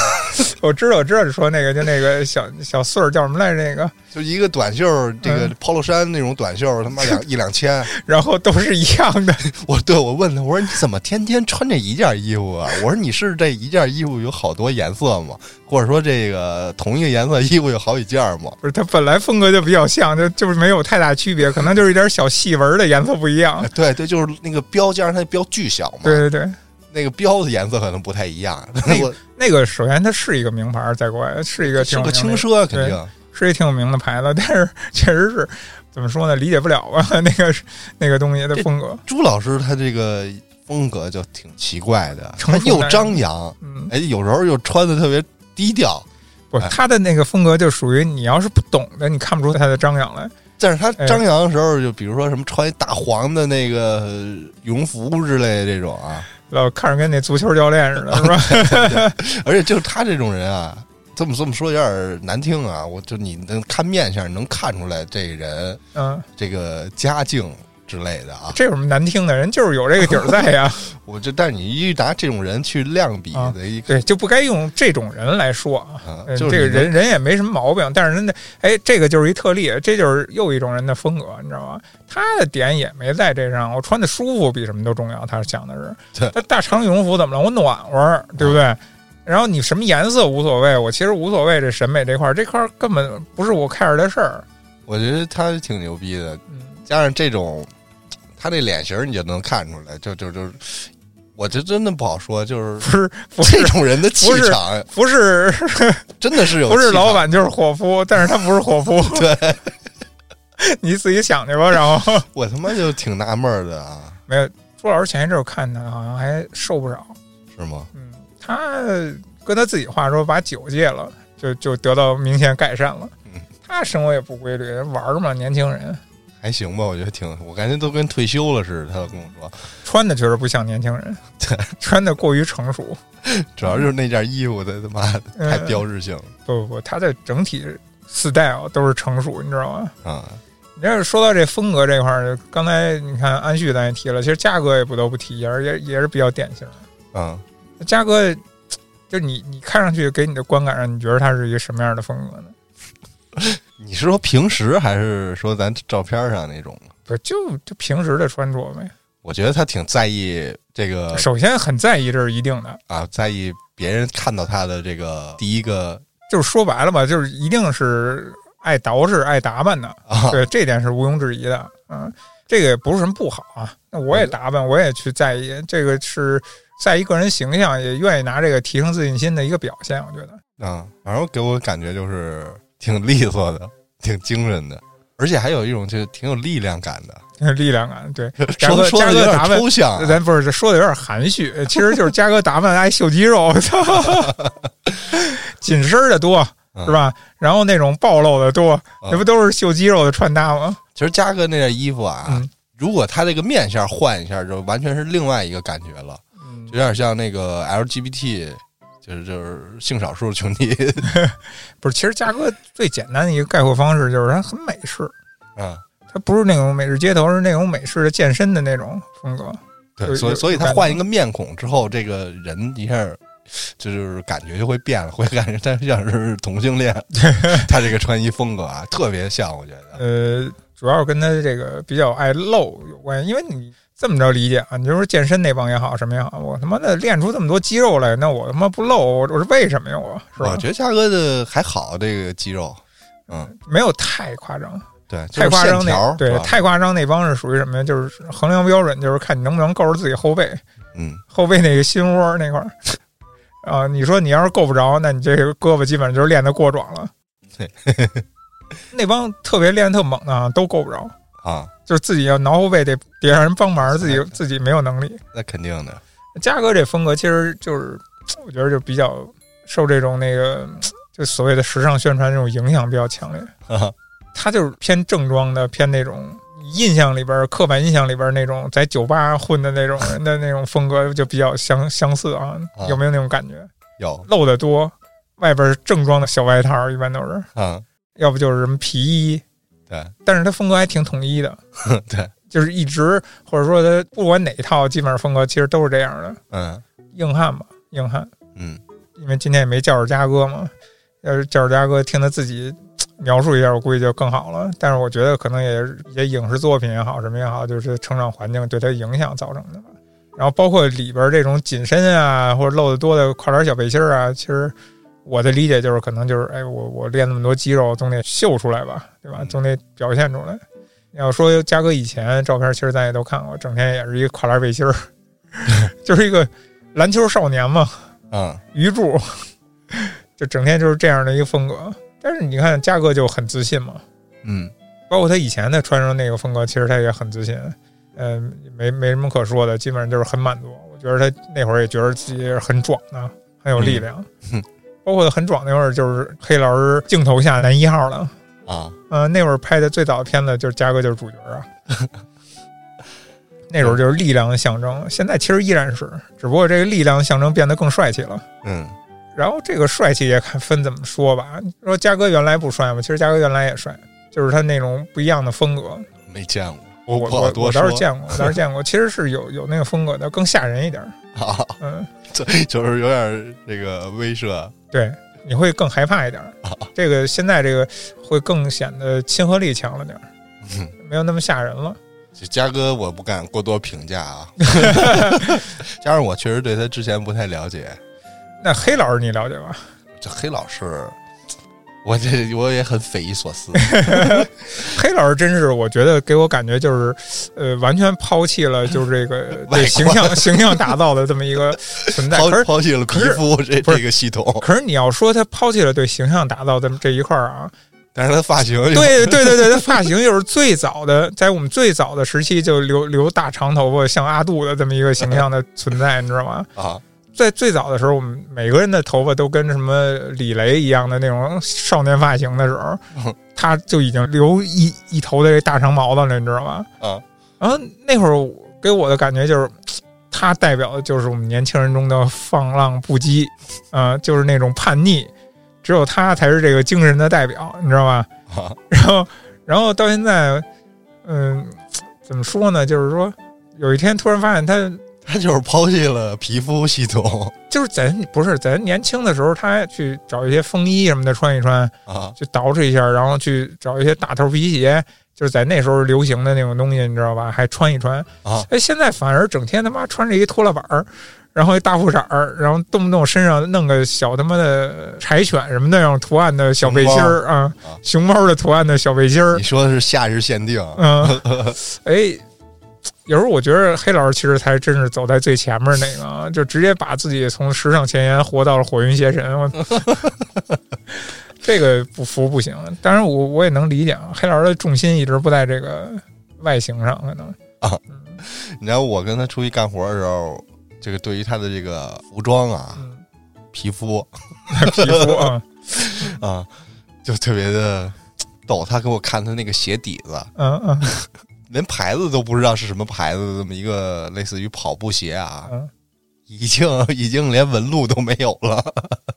S1: 我知道，我知道你说那个，就那个小小穗儿叫什么来着？那个，
S2: 就一个短袖，这个 polo 衫那种短袖，他妈两一两千。
S1: 然后都是一样的，
S2: 我对我问他，我说你怎么天天穿这一件衣服啊？我说你是这一件衣服有好多颜色吗？或者说这个同一个颜色衣服有好几件吗？
S1: 不是它本来风格就比较像，就就是没有太大区别，可能就是一点小细纹儿的颜色不一样
S2: 啊。对对，就是那个标，加上它的标巨小嘛，
S1: 对对对，
S2: 那个标的颜色可能不太一样。
S1: 那个
S2: 我
S1: 那个首先它是一个名牌儿，在国外是一个挺
S2: 是
S1: 有
S2: 个
S1: 名的
S2: 轻奢，肯定
S1: 是一挺有名的牌子，但是确实是怎么说呢，理解不了吧？ 那个那个东西的风格，
S2: 朱老师他这个风格就挺奇怪的，
S1: 成
S2: 他
S1: 熟
S2: 又
S1: 男
S2: 张扬，
S1: 嗯，
S2: 哎，有时候又穿的特别低调，
S1: 不，
S2: 哎
S1: 他的那个风格就属于你要是不懂的，你看不出他的张扬来。
S2: 但是他
S1: 哎
S2: 张扬的时候，就比如说什么穿一大黄的那个呃羽绒服之类的这种啊，
S1: 老看着跟那足球教练 似的，是吧？
S2: 而且就是他这种人啊，这么这么说有点难听啊，我就你能看面相能看出来这人
S1: 嗯，
S2: 这个家境之类的啊，
S1: 这有什么难听的？人就是有这个底儿在 呀。
S2: 我就但是你一拿这种人去量比
S1: 啊
S2: 的一个，
S1: 对，就不该用这种人来说啊。
S2: 啊
S1: 嗯，
S2: 就是
S1: 这个
S2: 你能
S1: 人人也没什么毛病，但是人家哎，这个就是一特例，这就是又一种人的风格，你知道吗？他的点也没在这上，我穿的舒服比什么都重要。他想的
S2: 对
S1: 是，他大长羽绒服怎么了？我暖和儿，对不对？然后你什么颜色无所谓，我其实无所谓这审美这块儿，这块儿根本不是我 care 的事儿。
S2: 我觉得他挺牛逼的，
S1: 嗯，
S2: 加上这种他这脸型，你就能看出来，就就就，我这真的不好说，就是
S1: 不是不
S2: 这
S1: 是
S2: 种人的气
S1: 不是
S2: 场
S1: 不是
S2: 真的是有，
S1: 不是老，板就是伙夫，但是他不是伙夫。对， 你自己想去吧。然后
S2: 我他妈就挺纳闷儿的啊，
S1: 没有，朱老师前一阵儿看他好像还瘦不少。
S2: 是吗？
S1: 嗯，他跟他自己话说，把酒戒了，就就得到明显改善了
S2: 嗯。
S1: 他生活也不规律，玩儿嘛，年轻人
S2: 还行吧，我觉得挺，我感觉都跟退休了似的。他跟我说，
S1: 穿的确实不像年轻人，穿的过于成熟。
S2: 主要就是那件衣服的他妈的
S1: 嗯
S2: 太标志性
S1: 不不不，他的整体 style 都是成熟，你知道吗？
S2: 啊，
S1: 你要是说到这风格这块儿，刚才你看安旭咱也提了，其实嘉哥也不得不提，也是也也是比较典型。
S2: 嗯，
S1: 嘉哥，就你你看上去给你的观感上，你觉得他是一个什么样的风格呢？
S2: 你是说平时还是说咱照片上那种？
S1: 不是就就平时的穿着呗。
S2: 我觉得他挺在意这个
S1: 首先很在意，这是一定的。
S2: 啊，在意别人看到他的这个第一个
S1: 就是说白了吧，就是一定是爱捯饬、爱打扮的，
S2: 啊，
S1: 对，这点是毋庸置疑的。嗯，这个也不是什么不好啊。那我也打扮，我也去在意，这个是在意个人形象，也愿意拿这个提升自信心的一个表现。我觉得，
S2: 啊，反正给我感觉就是挺利索的，挺精神的，而且还有一种就是挺有力量感的。
S1: 力量感， 对，嘉
S2: 说
S1: 哥，
S2: 说
S1: 嘉
S2: 的有
S1: 哥
S2: 点
S1: 咱们
S2: 抽象啊、
S1: 咱不是这说的有点含蓄，呃其实就是嘉哥打扮爱秀肌肉，我 操，紧身儿的多
S2: 嗯
S1: 是吧？然后那种暴露的多，
S2: 嗯
S1: 这不都是秀肌肉的穿搭吗？
S2: 其实嘉哥那件衣服啊，
S1: 嗯
S2: 如果他这个面相换一下，就完全是另外一个感觉了，就有点像那个 LGBT，就是就是性少数群体，
S1: 不是，其实嘉哥最简单的一个概括方式就是他很美式，
S2: 嗯，
S1: 他不是那种美式街头，是那种美式的健身的那种风格。
S2: 对，
S1: 有
S2: 所以
S1: 有
S2: 所以他
S1: 感觉
S2: 换一个面孔之后，这个人一下。就是感觉就会变了，会感觉他像是同性 恋，他这个穿衣风格啊，特别像，我觉得。
S1: 呃，主要跟他这个比较爱露有关系，因为你这么着理解啊，你就说健身那帮也好，什么也好，我他妈的练出这么多肌肉来，那我他妈不露，我我是为什么呀？我是吧
S2: 我？觉得嘉哥的还好，这个肌肉，嗯，
S1: 没有太夸张，
S2: 对，就
S1: 太
S2: 是
S1: 夸
S2: 线
S1: 张
S2: 条
S1: 那，对
S2: 是吧
S1: 太夸张那帮是属于什么呀？就是衡量标准就是看你能不能够着自己后背，
S2: 嗯，
S1: 后背那个心窝那块儿。啊，你说你要是够不着，那你这个胳膊基本上就是练得过壮了。
S2: 对，
S1: 那帮特别练得特猛的啊，都够不着，
S2: 啊，
S1: 就是自己要挠后背得得让人帮忙，自己自己没有能力。
S2: 那肯定的，
S1: 嘉哥这风格其实就是，我觉得就比较受这种那个就所谓的时尚宣传这种影响比较强烈。他就是偏正装的，偏那种印象里边儿刻板印象里边儿那种在酒吧混的那种人的那种风格，就比较相相似啊
S2: 啊。
S1: 有没有那种感觉？
S2: 有
S1: 露的多，外边儿正装的小外套儿一般都是，
S2: 啊，
S1: 要不就是什么皮衣，
S2: 对
S1: 但是他风格还挺统一的，
S2: 对，
S1: 就是一直或者说他不管哪一套，基本上风格其实都是这样的，
S2: 嗯
S1: 硬汉吧，硬汉。
S2: 嗯，
S1: 因为今天也没叫着嘉哥嘛，要是叫着嘉哥听他自己描述一下，我估计就更好了。但是我觉得可能也是一些影视作品也好，什么也好，就是成长环境对他影响造成的吧。然后包括里边这种紧身啊，或者露得多的跨栏小背心儿啊，其实我的理解就是，可能就是，哎，我我练那么多肌肉，总得秀出来吧，对吧
S2: 嗯？
S1: 总得表现出来。要说嘉哥以前照片，其实咱也都看过，整天也是一个跨栏背心儿，就是一个篮球少年嘛。
S2: 嗯，
S1: 鱼柱， 就整天就是这样的一个风格。但是你看嘉哥就很自信嘛，
S2: 嗯，
S1: 包括他以前的穿上那个风格，其实他也很自信，嗯、没没什么可说的，基本上就是很满足。我觉得他那会儿也觉得自己是很壮的，很有力量。
S2: 嗯哼
S1: 包括很壮那会儿就是黑老师镜头下男一号了，
S2: 啊，
S1: 嗯、那会儿拍的最早的片子就是嘉哥就是主角 啊。那时候就是力量的象征，现在其实依然是，只不过这个力量的象征变得更帅气了。
S2: 嗯，
S1: 然后这个帅气也看分怎么说吧。你说嘉哥原来不帅吗？其实嘉哥原来也帅，就是他那种不一样的风格。
S2: 没见过，
S1: 我
S2: 不
S1: 我
S2: 好多
S1: 我
S2: 说
S1: 倒是见过，我倒是见过，其实是有有那个风格的，更吓人一 点儿。
S2: 啊，
S1: 嗯，
S2: 就是有点这个威慑，
S1: 对，你会更害怕一 点儿。这个现在这个会更显得亲和力强了点儿，
S2: 嗯
S1: 没有那么吓人了。
S2: 这嘉哥我不敢过多评价 啊，加上我确实对他之前不太了解，
S1: 那黑老师你了解吧？
S2: 这黑老师，我这我也很匪夷所思，
S1: 黑老师真是，我觉得给我感觉就是，呃，完全抛弃了就是这 个
S2: 外
S1: 对
S2: 观
S1: 形象形象打造的这么一个存在。
S2: 抛
S1: 可是
S2: 抛弃了皮
S1: 可是
S2: 肤这
S1: 不是
S2: 这个系统，
S1: 可是你要说他抛弃了对形象打造的这一块儿啊，
S2: 但是他发型又，
S1: 对对对对，他发型又是最早的，在我们最早的时期就留留大长头发，像阿杜的这么一个形象的存在，你知道吗？
S2: 啊，
S1: 在最早的时候，我们每个人的头发都跟什么李雷一样的那种少年发型的时候
S2: 嗯，
S1: 他就已经留一一头的这大长毛子了，你知道吗？
S2: 啊，
S1: 然后那会儿我给我的感觉就是，他代表的就是我们年轻人中的放浪不羁，呃，就是那种叛逆，只有他才是这个精神的代表，你知道吧？
S2: 啊，
S1: 然后，然后到现在，嗯，怎么说呢？就是说，有一天突然发现他。
S2: 他就是抛弃了皮肤系统
S1: 就是咱不是咱年轻的时候，他去找一些风衣什么的穿一穿，
S2: 啊，
S1: 去捯饬一下，然后去找一些大头皮鞋，就是在那时候流行的那种东西，你知道吧？还穿一穿
S2: 啊！
S1: 哎，现在反而整天他妈穿着一拖拉板儿，然后一大裤衩儿，然后动不动身上弄个小他妈的柴犬什么那种图案的小背心儿啊
S2: 啊，
S1: 熊猫的图案的小背心儿嗯
S2: 你，说的是夏日限定，
S1: 嗯，哎，有时候我觉得黑老师其实才真是走在最前面那个，啊就直接把自己从时尚前沿活到了火云邪神，我这个不服不行。当然我，我也能理解啊，黑老师的重心一直不在这个外形上，可能
S2: 你知道我跟他出去干活的时候，这个对于他的这个服装啊、
S1: 嗯
S2: 皮肤
S1: 皮肤啊，
S2: 啊，就特别的逗。他给我看他那个鞋底子，
S1: 嗯嗯
S2: 连牌子都不知道是什么牌子的这么一个类似于跑步鞋啊，
S1: 嗯
S2: 已经已经连纹路都没有了。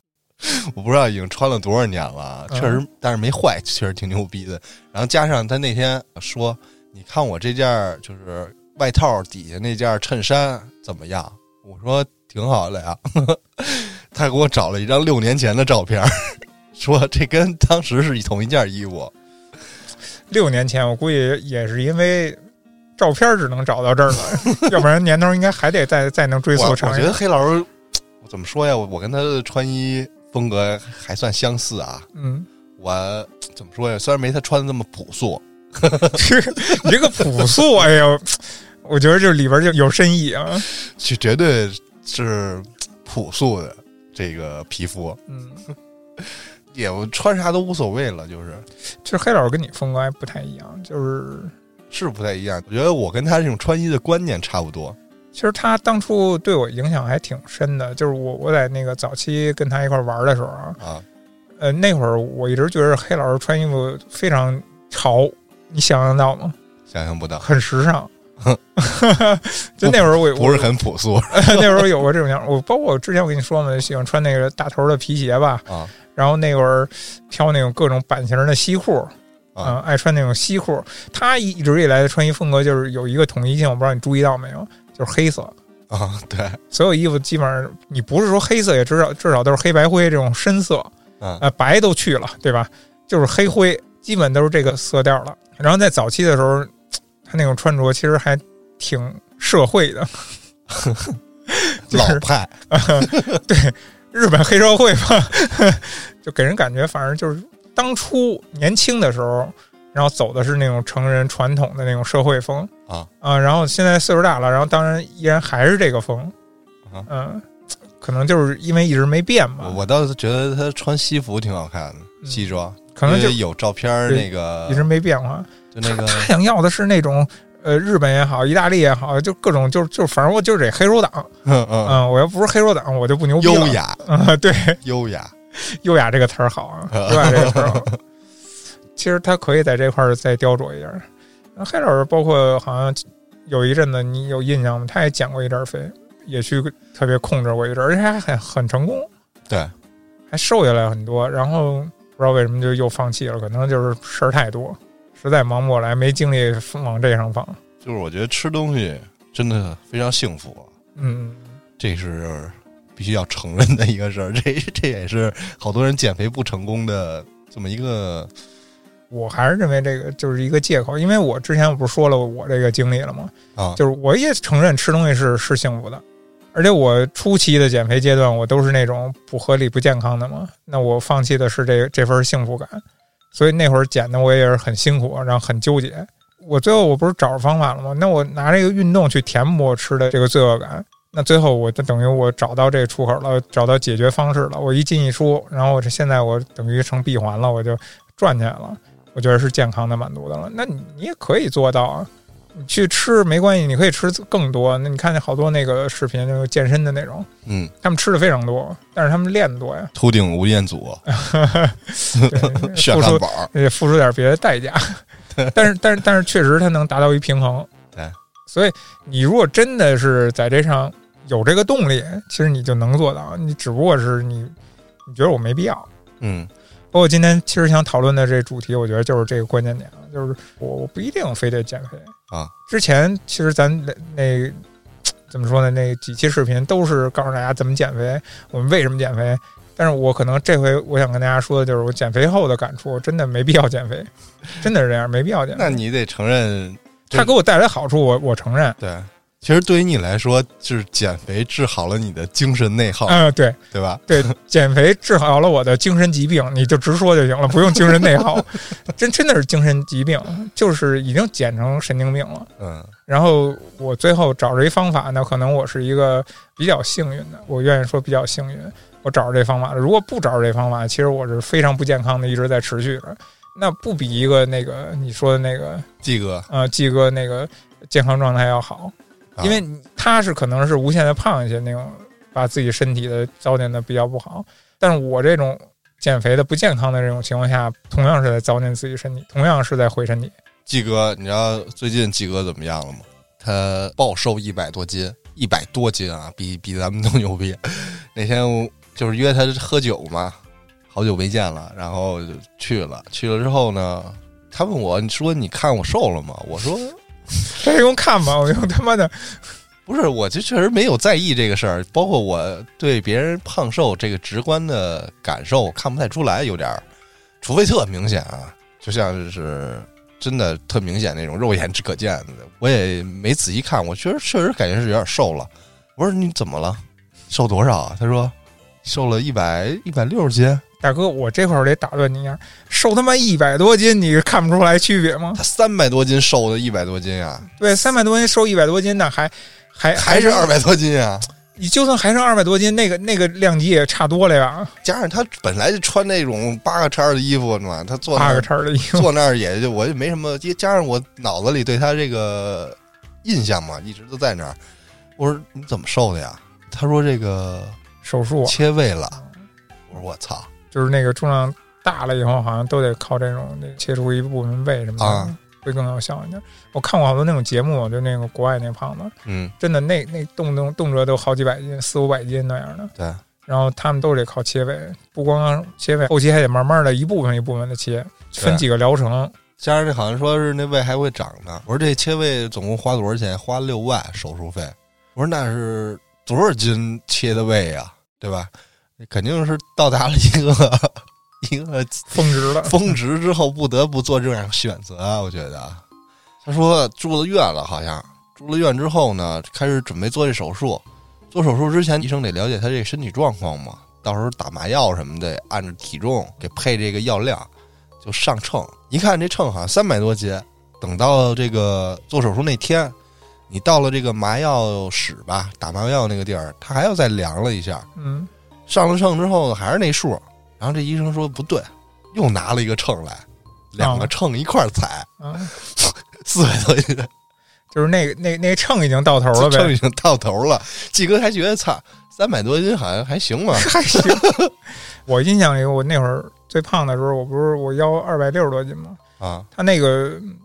S2: 我不知道已经穿了多少年了，啊
S1: 嗯
S2: 确实，但是没坏，确实挺牛逼的。然后加上他那天说：“你看我这件儿就是外套底下那件儿衬衫怎么样？”我说：“挺好的呀。” 他给我找了一张六年前的照片儿， 说这跟当时是同一件衣服。
S1: 六年前我估计也是因为照片只能找到这儿了，要不然年头应该还得再再能追
S2: 我
S1: 溯
S2: 我
S1: 长一
S2: 觉
S1: 点
S2: 得。黑老师，我怎么说呀？我我跟他的穿衣风格还算相似啊。
S1: 嗯，
S2: 我怎么说呀？虽然没他穿的那么朴素，
S1: 你这个朴素，哎呦，我觉得就里边就有深意啊。
S2: 就绝对是朴素的这个皮肤，
S1: 嗯，
S2: 也穿啥都无所谓了，就是
S1: 其实黑老师跟你风格还不太一样，就是
S2: 是不太一样。我觉得我跟他这种穿衣的观念差不多。
S1: 其实他当初对我影响还挺深的，就是我我在那个早期跟他一块玩的时候啊，
S2: 啊，
S1: 呃，那会儿我一直觉得黑老师穿衣服非常潮，你想象到吗？
S2: 想象不到，
S1: 很时尚。 就那会儿我
S2: 不是
S1: 我
S2: 很朴素
S1: 那会儿有过这种想法，我包括我之前我跟你说嘛，喜欢穿那个大头的皮鞋吧，
S2: 啊。
S1: 然后那会儿挑那种各种版型的西裤，
S2: 啊
S1: 嗯爱穿那种西裤。他一直以来的穿衣风格就是有一个统一性，我不知道你注意到没有，就是黑色。
S2: 啊，对，
S1: 所有衣服基本上，你不是说黑色，也至少至少都是黑白灰这种深色，
S2: 嗯
S1: 呃，白都去了，对吧？就是黑灰，基本都是这个色调了。然后在早期的时候，他那种穿着其实还挺社会的，就
S2: 老
S1: 是
S2: 派
S1: 日本黑社会吧， 就给人感觉，反正就是当初年轻的时候，然后走的是那种成人传统的那种社会风
S2: 啊
S1: 啊，然后现在岁数大了，然后当然依然还是这个风
S2: 啊，
S1: 嗯，可能就是因为一直没变
S2: 我
S1: 嘛，
S2: 我倒是觉得他穿西服挺好看的，
S1: 嗯
S2: 西装，
S1: 可能
S2: 因
S1: 就
S2: 为有照片儿
S1: 对
S2: 那个
S1: 一直没变化。
S2: 就那
S1: 他
S2: 个
S1: 他想要的是那种。呃，日本也好，意大利也好，就各种就就反正我就是得黑手党，
S2: 嗯嗯，
S1: 嗯，我要不是黑手党，我就不牛逼了。
S2: 优，雅
S1: 嗯， 对，
S2: 优雅，
S1: 优雅这个词儿好啊，优雅这个词儿好。其实他可以在这块儿再雕琢一下。那黑老师，包括好像有一阵子你有印象吗？他也减过一阵儿肥，也去特别控制过一阵儿，而且还很很成功，
S2: 对，
S1: 还瘦下来很多。然后不知道为什么就又放弃了，可能就是事儿太多，实在忙不过来，没精力往这上放。
S2: 就是我觉得吃东西真的非常幸福，
S1: 嗯，
S2: 这是必须要承认的一个事儿。 这这也是好多人减肥不成功的这么一个
S1: 我还是认为这个就是一个借口，因为我之前我不是说了我这个经历了吗？
S2: 啊，
S1: 就是我也承认吃东西是是幸福的，而且我初期的减肥阶段，我都是那种不合理、不健康的嘛。那我放弃的是这这份幸福感，所以那会儿减的我也是很辛苦，然后很纠结。我最后我不是找着方法了吗？那我拿这个运动去填补我吃的这个罪恶感。那最后我就等于我找到这个出口了，找到解决方式了。我一进一出，然后我这现在我等于成闭环了，我就转起来了。我觉得是健康的、满足的了。那你你也可以做到啊。你去吃没关系，你可以吃更多。那你看见好多那个视频，就是健身的那种，
S2: 嗯，
S1: 他们吃的非常多，但是他们练的 多呀，
S2: 秃顶吴彦祖、
S1: 对
S2: 血
S1: 付
S2: 汗
S1: 出
S2: 宝儿，
S1: 也付出点别的代 价。但是但是但是确实它能达到一平衡。
S2: 对，
S1: 所以你如果真的是在这上有这个动力，其实你就能做到。你只不过是你你觉得我没必要。
S2: 嗯，
S1: 包括今天其实想讨论的这主题，我觉得就是这个关键点了，就是我我不一定非得减肥
S2: 啊。
S1: 之前其实咱那那怎么说呢？那几期视频都是告诉大家怎么减肥，我们为什么减肥。但是我可能这回我想跟大家说的就是我减肥后的感触，真的没必要减肥，真的是这样，没必要减肥。
S2: 那你得承认，
S1: 它给我带来好处，我我承认，
S2: 对，其实对于你来说，就是减肥治好了你的精神内耗，
S1: 嗯，对
S2: 对吧？
S1: 对，减肥治好了我的精神疾病，你就直说就行了，不用精神内耗。真真的是精神疾病，就是已经减成神经病了。
S2: 嗯
S1: 然后我最后找着一方法呢，可能我是一个比较幸运的，我愿意说比较幸运，我找着这方法了。如果不找着这方法，其实我是非常不健康的，一直在持续着。那不比一个那个你说的那个
S2: 季哥，
S1: 呃季哥那个健康状态要好，
S2: 啊
S1: 因为你他是可能是无限的胖一些那种，把自己身体的糟践的比较不好。但是我这种减肥的不健康的这种情况下，同样是在糟践自己身体，同样是在毁身体。
S2: 季哥，你知道最近季哥怎么样了吗？他暴瘦一百多斤，一百多斤啊，比比咱们都牛逼。那天我就是约他喝酒嘛，好久没见了，然后就去了。去了之后呢，他问我，你说你看我瘦了吗？我说
S1: 这是哎用看吧，我用他妈的
S2: 不是，我就确实没有在意这个事儿，包括我对别人胖瘦这个直观的感受看不太出来，有点儿，除非特明显啊，就像是真的特明显那种肉眼可见的，我也没仔细看，我确实确实感觉是有点瘦了。我说你怎么了？瘦多少啊？他说瘦了一百一百六十斤。
S1: 大哥，我这块儿得打断你一下，瘦他妈一百多斤，你看不出来区别吗？
S2: 他三百多斤瘦的一百多斤啊，
S1: 对，三百多斤瘦一百多斤那还还
S2: 还是二，百多斤啊？
S1: 你就算还剩二百多斤，那个那个量级也差多了 呀，
S2: 加上他本来就穿那种八个叉儿的衣服嘛，他坐那
S1: 八
S2: 儿
S1: 个叉儿的衣服。
S2: 坐那儿也就我也没什么，加上我脑子里对他这个印象嘛，一直都在那儿。我说你怎么瘦的呀？他说这个
S1: 手术
S2: 切胃了。我说我操
S1: 就是那个重量大了以后，好像都得靠这种那切除一部分胃什么的，
S2: 啊
S1: 会更有效一点。我看过好多那种节目，就那个国外那胖子，
S2: 嗯，
S1: 真的那那动不动动辄都好几百斤、四五百斤那样的。
S2: 对，
S1: 然后他们都得靠切胃，不光切胃，后期还得慢慢的一部分一部分的切，分
S2: 对
S1: 几个疗程。
S2: 加上这好像说是那胃还会长呢。我说这切胃总共花多少钱？花六万手术费。我说那是多少斤切的胃呀、对吧？肯定是到达了一个 一个
S1: 峰值 了，
S2: 峰值之后不得不做这样的选择啊，我觉得。他说住了院了，好像住了院之后呢，开始准备做这手术。做手术之前，医生得了解他这身体状况嘛，到时候打麻药什么的，按照体重给配这个药量，就上秤。一看这秤好像三百多斤，等到这个做手术那天，你到了这个麻药室吧，打麻药那个地儿，他还要再量了一下，
S1: 嗯，
S2: 上了秤之后还是那数，然后这医生说不对，又拿了一个秤来，两个秤一块儿踩，
S1: 啊，
S2: 四百多斤，
S1: 就是那个那那个秤已经到头了
S2: 秤
S1: 呗，
S2: 已经到头了。季哥还觉得操，三百多斤好像还行吧，
S1: 还行。我印象里，我那会儿最胖的时候，我不是我腰二百六十多斤吗？
S2: 啊，
S1: 它那个嗯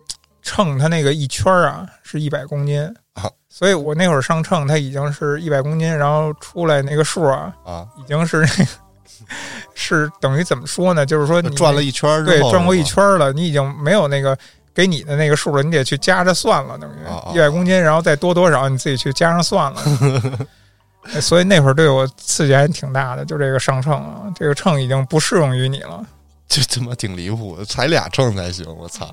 S1: 秤，它那个一圈儿啊是一百公斤
S2: 啊，
S1: 所以我那会儿上秤，它已经是一百公斤，然后出来那个数啊，
S2: 啊，
S1: 已经是那个 是等于怎么说呢？就是说你
S2: 转了一圈儿
S1: 对
S2: 之后，
S1: 转过一圈儿了，你已经没有那个给你的那个数了，你得去加着算了，等于
S2: 啊啊
S1: 一百公斤，然后再多多少，你自己去加上算 了。所以那会儿对我刺激还挺大的，就这个上秤啊，这个秤已经不适用于你了。
S2: 这他妈挺离谱的，踩俩秤才行，我操！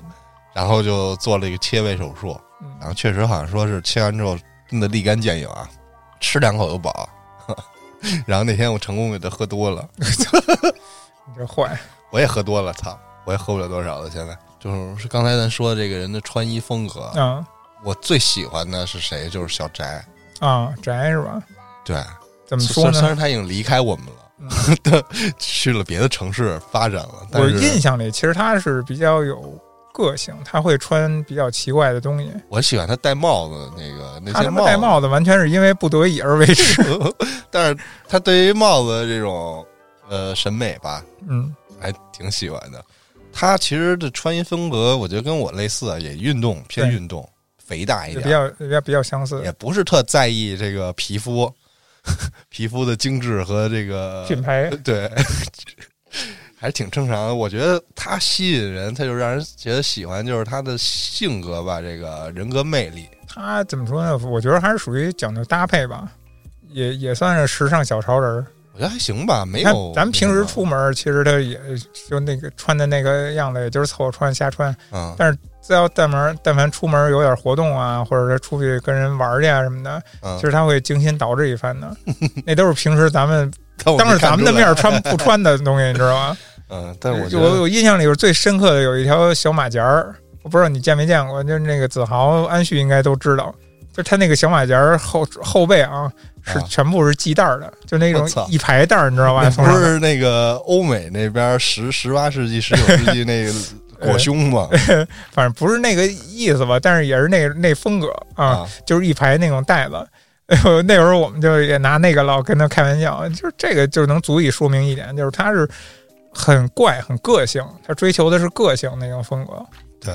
S2: 然后就做了一个切胃手术，
S1: 嗯
S2: 然后确实好像说是切完之后真的立竿见影啊，吃两口就饱。 然后那天我成功给他喝多了。
S1: 你这坏，
S2: 我也喝多了，操，我也喝不了多少了。现在就是刚才咱说的这个人的穿衣风格，
S1: 嗯
S2: 我最喜欢的是谁？就是小翟。
S1: 啊，宅是吧？
S2: 对，
S1: 怎么
S2: 虽
S1: 说
S2: 然虽
S1: 呢？
S2: 然他已经离开我们了，
S1: 嗯
S2: 去了别的城市发展了，但
S1: 我
S2: 是
S1: 印象里，其实他是比较有个性，他会穿比较奇怪的东西。
S2: 我喜欢他戴帽子那个那
S1: 啊他
S2: 些
S1: 他妈
S2: 帽
S1: 戴帽子完全是因为不得已 而为之。
S2: 子，但是他对于帽子这种呃审美吧，
S1: 嗯，
S2: 还挺喜欢的。他其实的穿衣风格，我觉得跟我类似，啊，也运动偏
S1: 对
S2: 运动，肥大一
S1: 也
S2: 点
S1: 比，较也比较比较相似
S2: 也。不是特在意这个皮肤， 皮肤的精致和这个
S1: 品牌
S2: 对， 还是挺正常的。我觉得他吸引人，他就让人觉得喜欢，就是他的性格吧，这个人格魅力。
S1: 他怎么说呢？我觉得还是属于讲究搭配吧，也也算是时尚小潮人儿。
S2: 我觉得还行吧，没
S1: 你看
S2: 有。
S1: 咱们平时出
S2: 没有
S1: 门儿，其实他也就那个穿的那个样子，也就是凑合穿瞎穿。
S2: 啊，
S1: 但是只要但门，但凡出门有点活动啊，或者是出去跟人玩儿去啊什么的，
S2: 嗯
S1: 其实他会精心捯饬一番的。那都是平时咱们
S2: 但我
S1: 当
S2: 没
S1: 着
S2: 哦看
S1: 咱们的
S2: 出
S1: 面
S2: 来
S1: 儿穿不穿的东西，你知道吗？
S2: 嗯，但是我觉
S1: 就我
S2: 得
S1: 我印象里边最深刻的有一条小马甲儿，我不知道你见没见过，就是那个子豪、安旭应该都知道，就是他那个小马甲儿后后背啊是
S2: 啊
S1: 全部是系带儿的，就那
S2: 我
S1: 种
S2: 操
S1: 一排带儿，你知道吧？
S2: 那
S1: 从上
S2: 不
S1: 面
S2: 是那个欧美那边十十八世纪、十九世 纪那个裹胸吗？
S1: 反正不是那个意思吧，但是也是那那风格啊，
S2: 啊，
S1: 就是一排那种袋子。 哎那会儿我们就也拿那个老跟他开玩笑，就是这个就能足以说明一点，就是他是很怪、很个性，他追求的是个性那种风格。
S2: 对，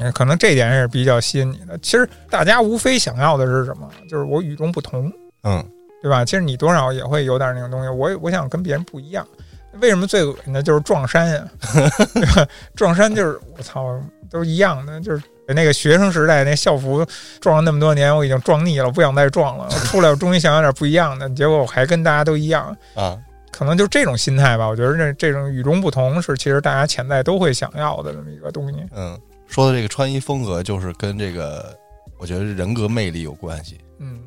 S1: 嗯，可能这点也是比较吸引你的。其实大家无非想要的是什么？就是我与众不同，
S2: 嗯，
S1: 对吧？其实你多少也会有点那种东西，我也我想跟别人不一样。为什么最恶心的就是撞衫呀、 对吧？撞衫就是我操，都一样的，就是那个学生时代那校服撞了那么多年，我已经撞腻了，不想再撞了。我出来我终于想要点不一样的，结果我还跟大家都一样，
S2: 啊，
S1: 可能就这种心态吧。我觉得这这种与众不同是其实大家潜在都会想要的这么一个东西。
S2: 嗯，说的这个穿衣风格，就是跟这个我觉得人格魅力有关系。
S1: 嗯，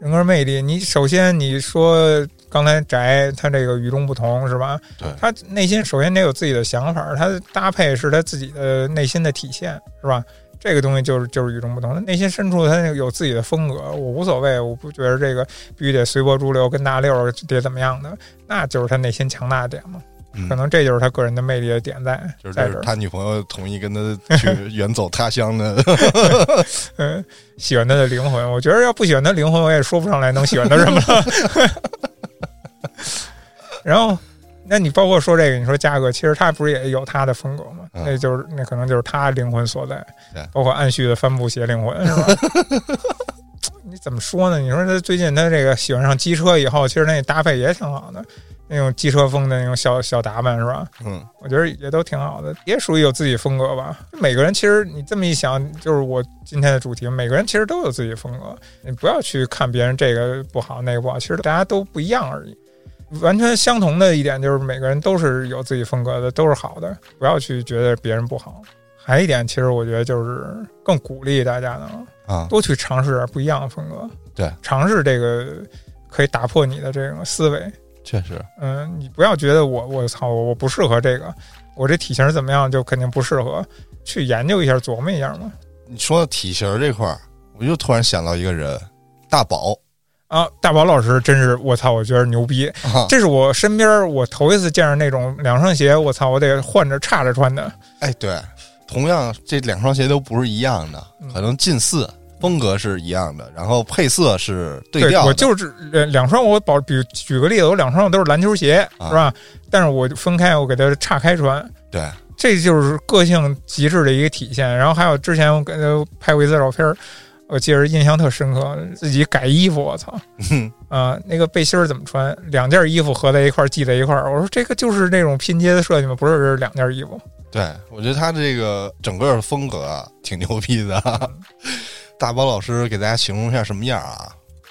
S1: 人格魅力，你首先你说刚才宅他这个与众不同是吧？
S2: 对
S1: 他内心首先得有自己的想法，他的搭配是他自己的内心的体现是吧？这个东西就是就是与众不同，他内心深处他有自己的风格，我无所谓，我不觉得这个必须得随波逐流，跟大溜儿得怎么样的，那就是他内心强大的点嘛。
S2: 嗯
S1: 可能这就是他个人的魅力的点在，
S2: 就是
S1: 在
S2: 就
S1: 这
S2: 是
S1: 儿。
S2: 他女朋友同意跟他 去远走他乡的，
S1: 嗯， 喜欢他的灵魂。我觉得要不喜欢他灵魂，我也说不上来能喜欢他什么 了。然后，那你包括说这个，你说嘉哥，其实他不是也有他的风格吗？
S2: 嗯
S1: 那就是那可能就是他灵魂所在
S2: 对，
S1: 包括暗旭的帆布鞋灵 魂是吧？你怎么说呢？你说他最近他这个喜欢上机车以后，其实那搭配也挺好的，那种机车风的那种小小打扮是吧？
S2: 嗯，
S1: 我觉得也都挺好的，也属于有自己风格吧。每个人其实你这么一想，就是我今天的主题，每个人其实都有自己风格。你不要去看别人这个不好那个不好，其实大家都不一样而已。完全相同的一点就是每个人都是有自己风格的，都是好的，不要去觉得别人不好。还一点，其实我觉得就是更鼓励大家呢，
S2: 啊，
S1: 多去尝试点不一样的风格。
S2: 对，
S1: 尝试这个可以打破你的这种思维。
S2: 确实，
S1: 嗯，你不要觉得我我操我不适合这个，我这体型怎么样就肯定不适合，去研究一下琢磨一下嘛。
S2: 你说到体型这块儿，我又突然想到一个人，大宝
S1: 啊，大宝老师真是我操，我觉得牛逼，
S2: 啊，
S1: 这是我身边儿我头一次见着那种两双鞋，我操，我得换着岔着穿的。
S2: 哎，对，同样这两双鞋都不是一样的，
S1: 嗯
S2: 可能近似，风格是一样的，然后配色是对
S1: 对，
S2: 调的，
S1: 我就是两两双，我保比举个例子，我两双我都是篮球鞋，
S2: 啊
S1: 是吧？但是我分开，我给它岔开穿。
S2: 对，
S1: 这就是个性极致的一个体现。然后还有之前我跟他拍过一次照片儿，我记得印象特深刻，自己改衣服，我操，
S2: 嗯
S1: 啊、那个背心儿怎么穿？两件衣服合在一块儿系在一块儿，我说这个就是那种拼接的设计吗？不是，这是两件衣服。
S2: 对，我觉得他这个整个风格啊，挺牛逼的。啊大宝老师给大家形容一下什么样啊？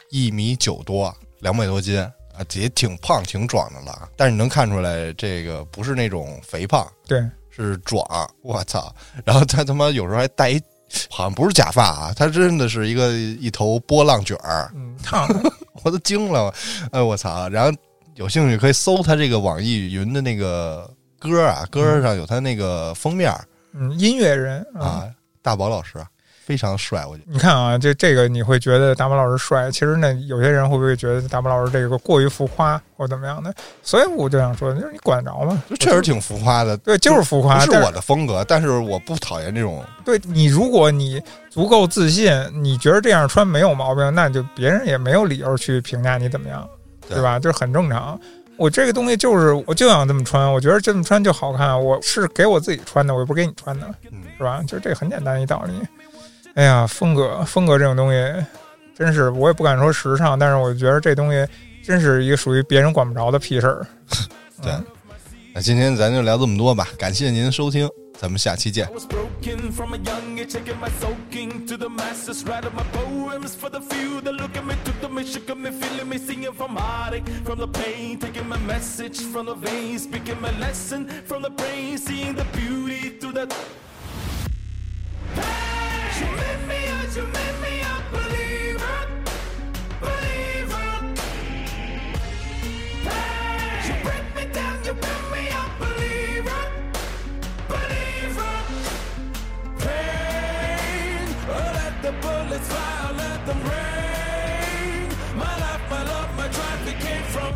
S2: 一米九多，两百多斤啊，也挺胖挺壮的了。但是你能看出来，这个不是那种肥胖，
S1: 对，
S2: 是壮。我操！然后他他妈有时候还戴一，好像不是假发啊，他真的是一个一头波浪卷儿，
S1: 嗯，烫 的，
S2: 我都惊了。哎，我操！然后有兴趣可以搜他这个网易云的那个歌啊，歌上有他那个封面儿。
S1: 嗯，音乐人啊。
S2: 啊，大宝老师非常帅，我觉得。
S1: 你看啊，这这个你会觉得达摩老师帅，其实呢，有些人会不会觉得达摩老师这个过于浮夸或怎么样的？所以我就想说，就是你管得着吗？
S2: 就确实挺浮夸的，
S1: 对，就是嗯浮
S2: 不
S1: 夸。
S2: 是
S1: 但
S2: 我的风格，但是我不讨厌这种。
S1: 对你，如果你足够自信，你觉得这样穿没有毛病，那就别人也没有理由去评价你怎么样，
S2: 对
S1: 对吧？就是很正常。我这个东西就是，我就想这么穿，我觉得这么穿就好看。我是给我自己穿的，我又不是给你穿的，
S2: 嗯，
S1: 是吧？就这个很简单一道理。哎呀，风格风格这种东西，真是我也不敢说时尚，但是我觉得这东西真是一个属于别人管不着的屁事儿。
S2: 对
S1: 嗯
S2: 那今天咱就聊这么多吧，感谢您收听，咱们下期见
S3: I。was broken from a young age, taking my soaking to the masses, writing my poems for the few that look at me, took to me, shook at me, feeling me, singing from heartache, from the pain, taking my message from the veins, speaking my lesson from the brain, seeing the beauty through that. You made me a, you made me a believer, believer. You break me down, you build me a believer, believer pain. Oh, let the bullets fly, oh, let them rain. My life, my love, my drive, they came from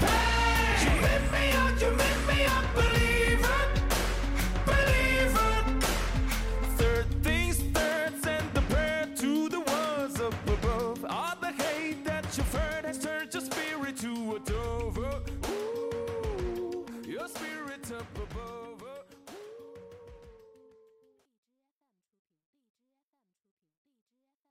S3: pain. You made me a, you made me a believer, believer. Third things third, send the prayer to the ones up above. All the hate that you've heard has turned your spirit to a dove. Ooh, your spirit up above.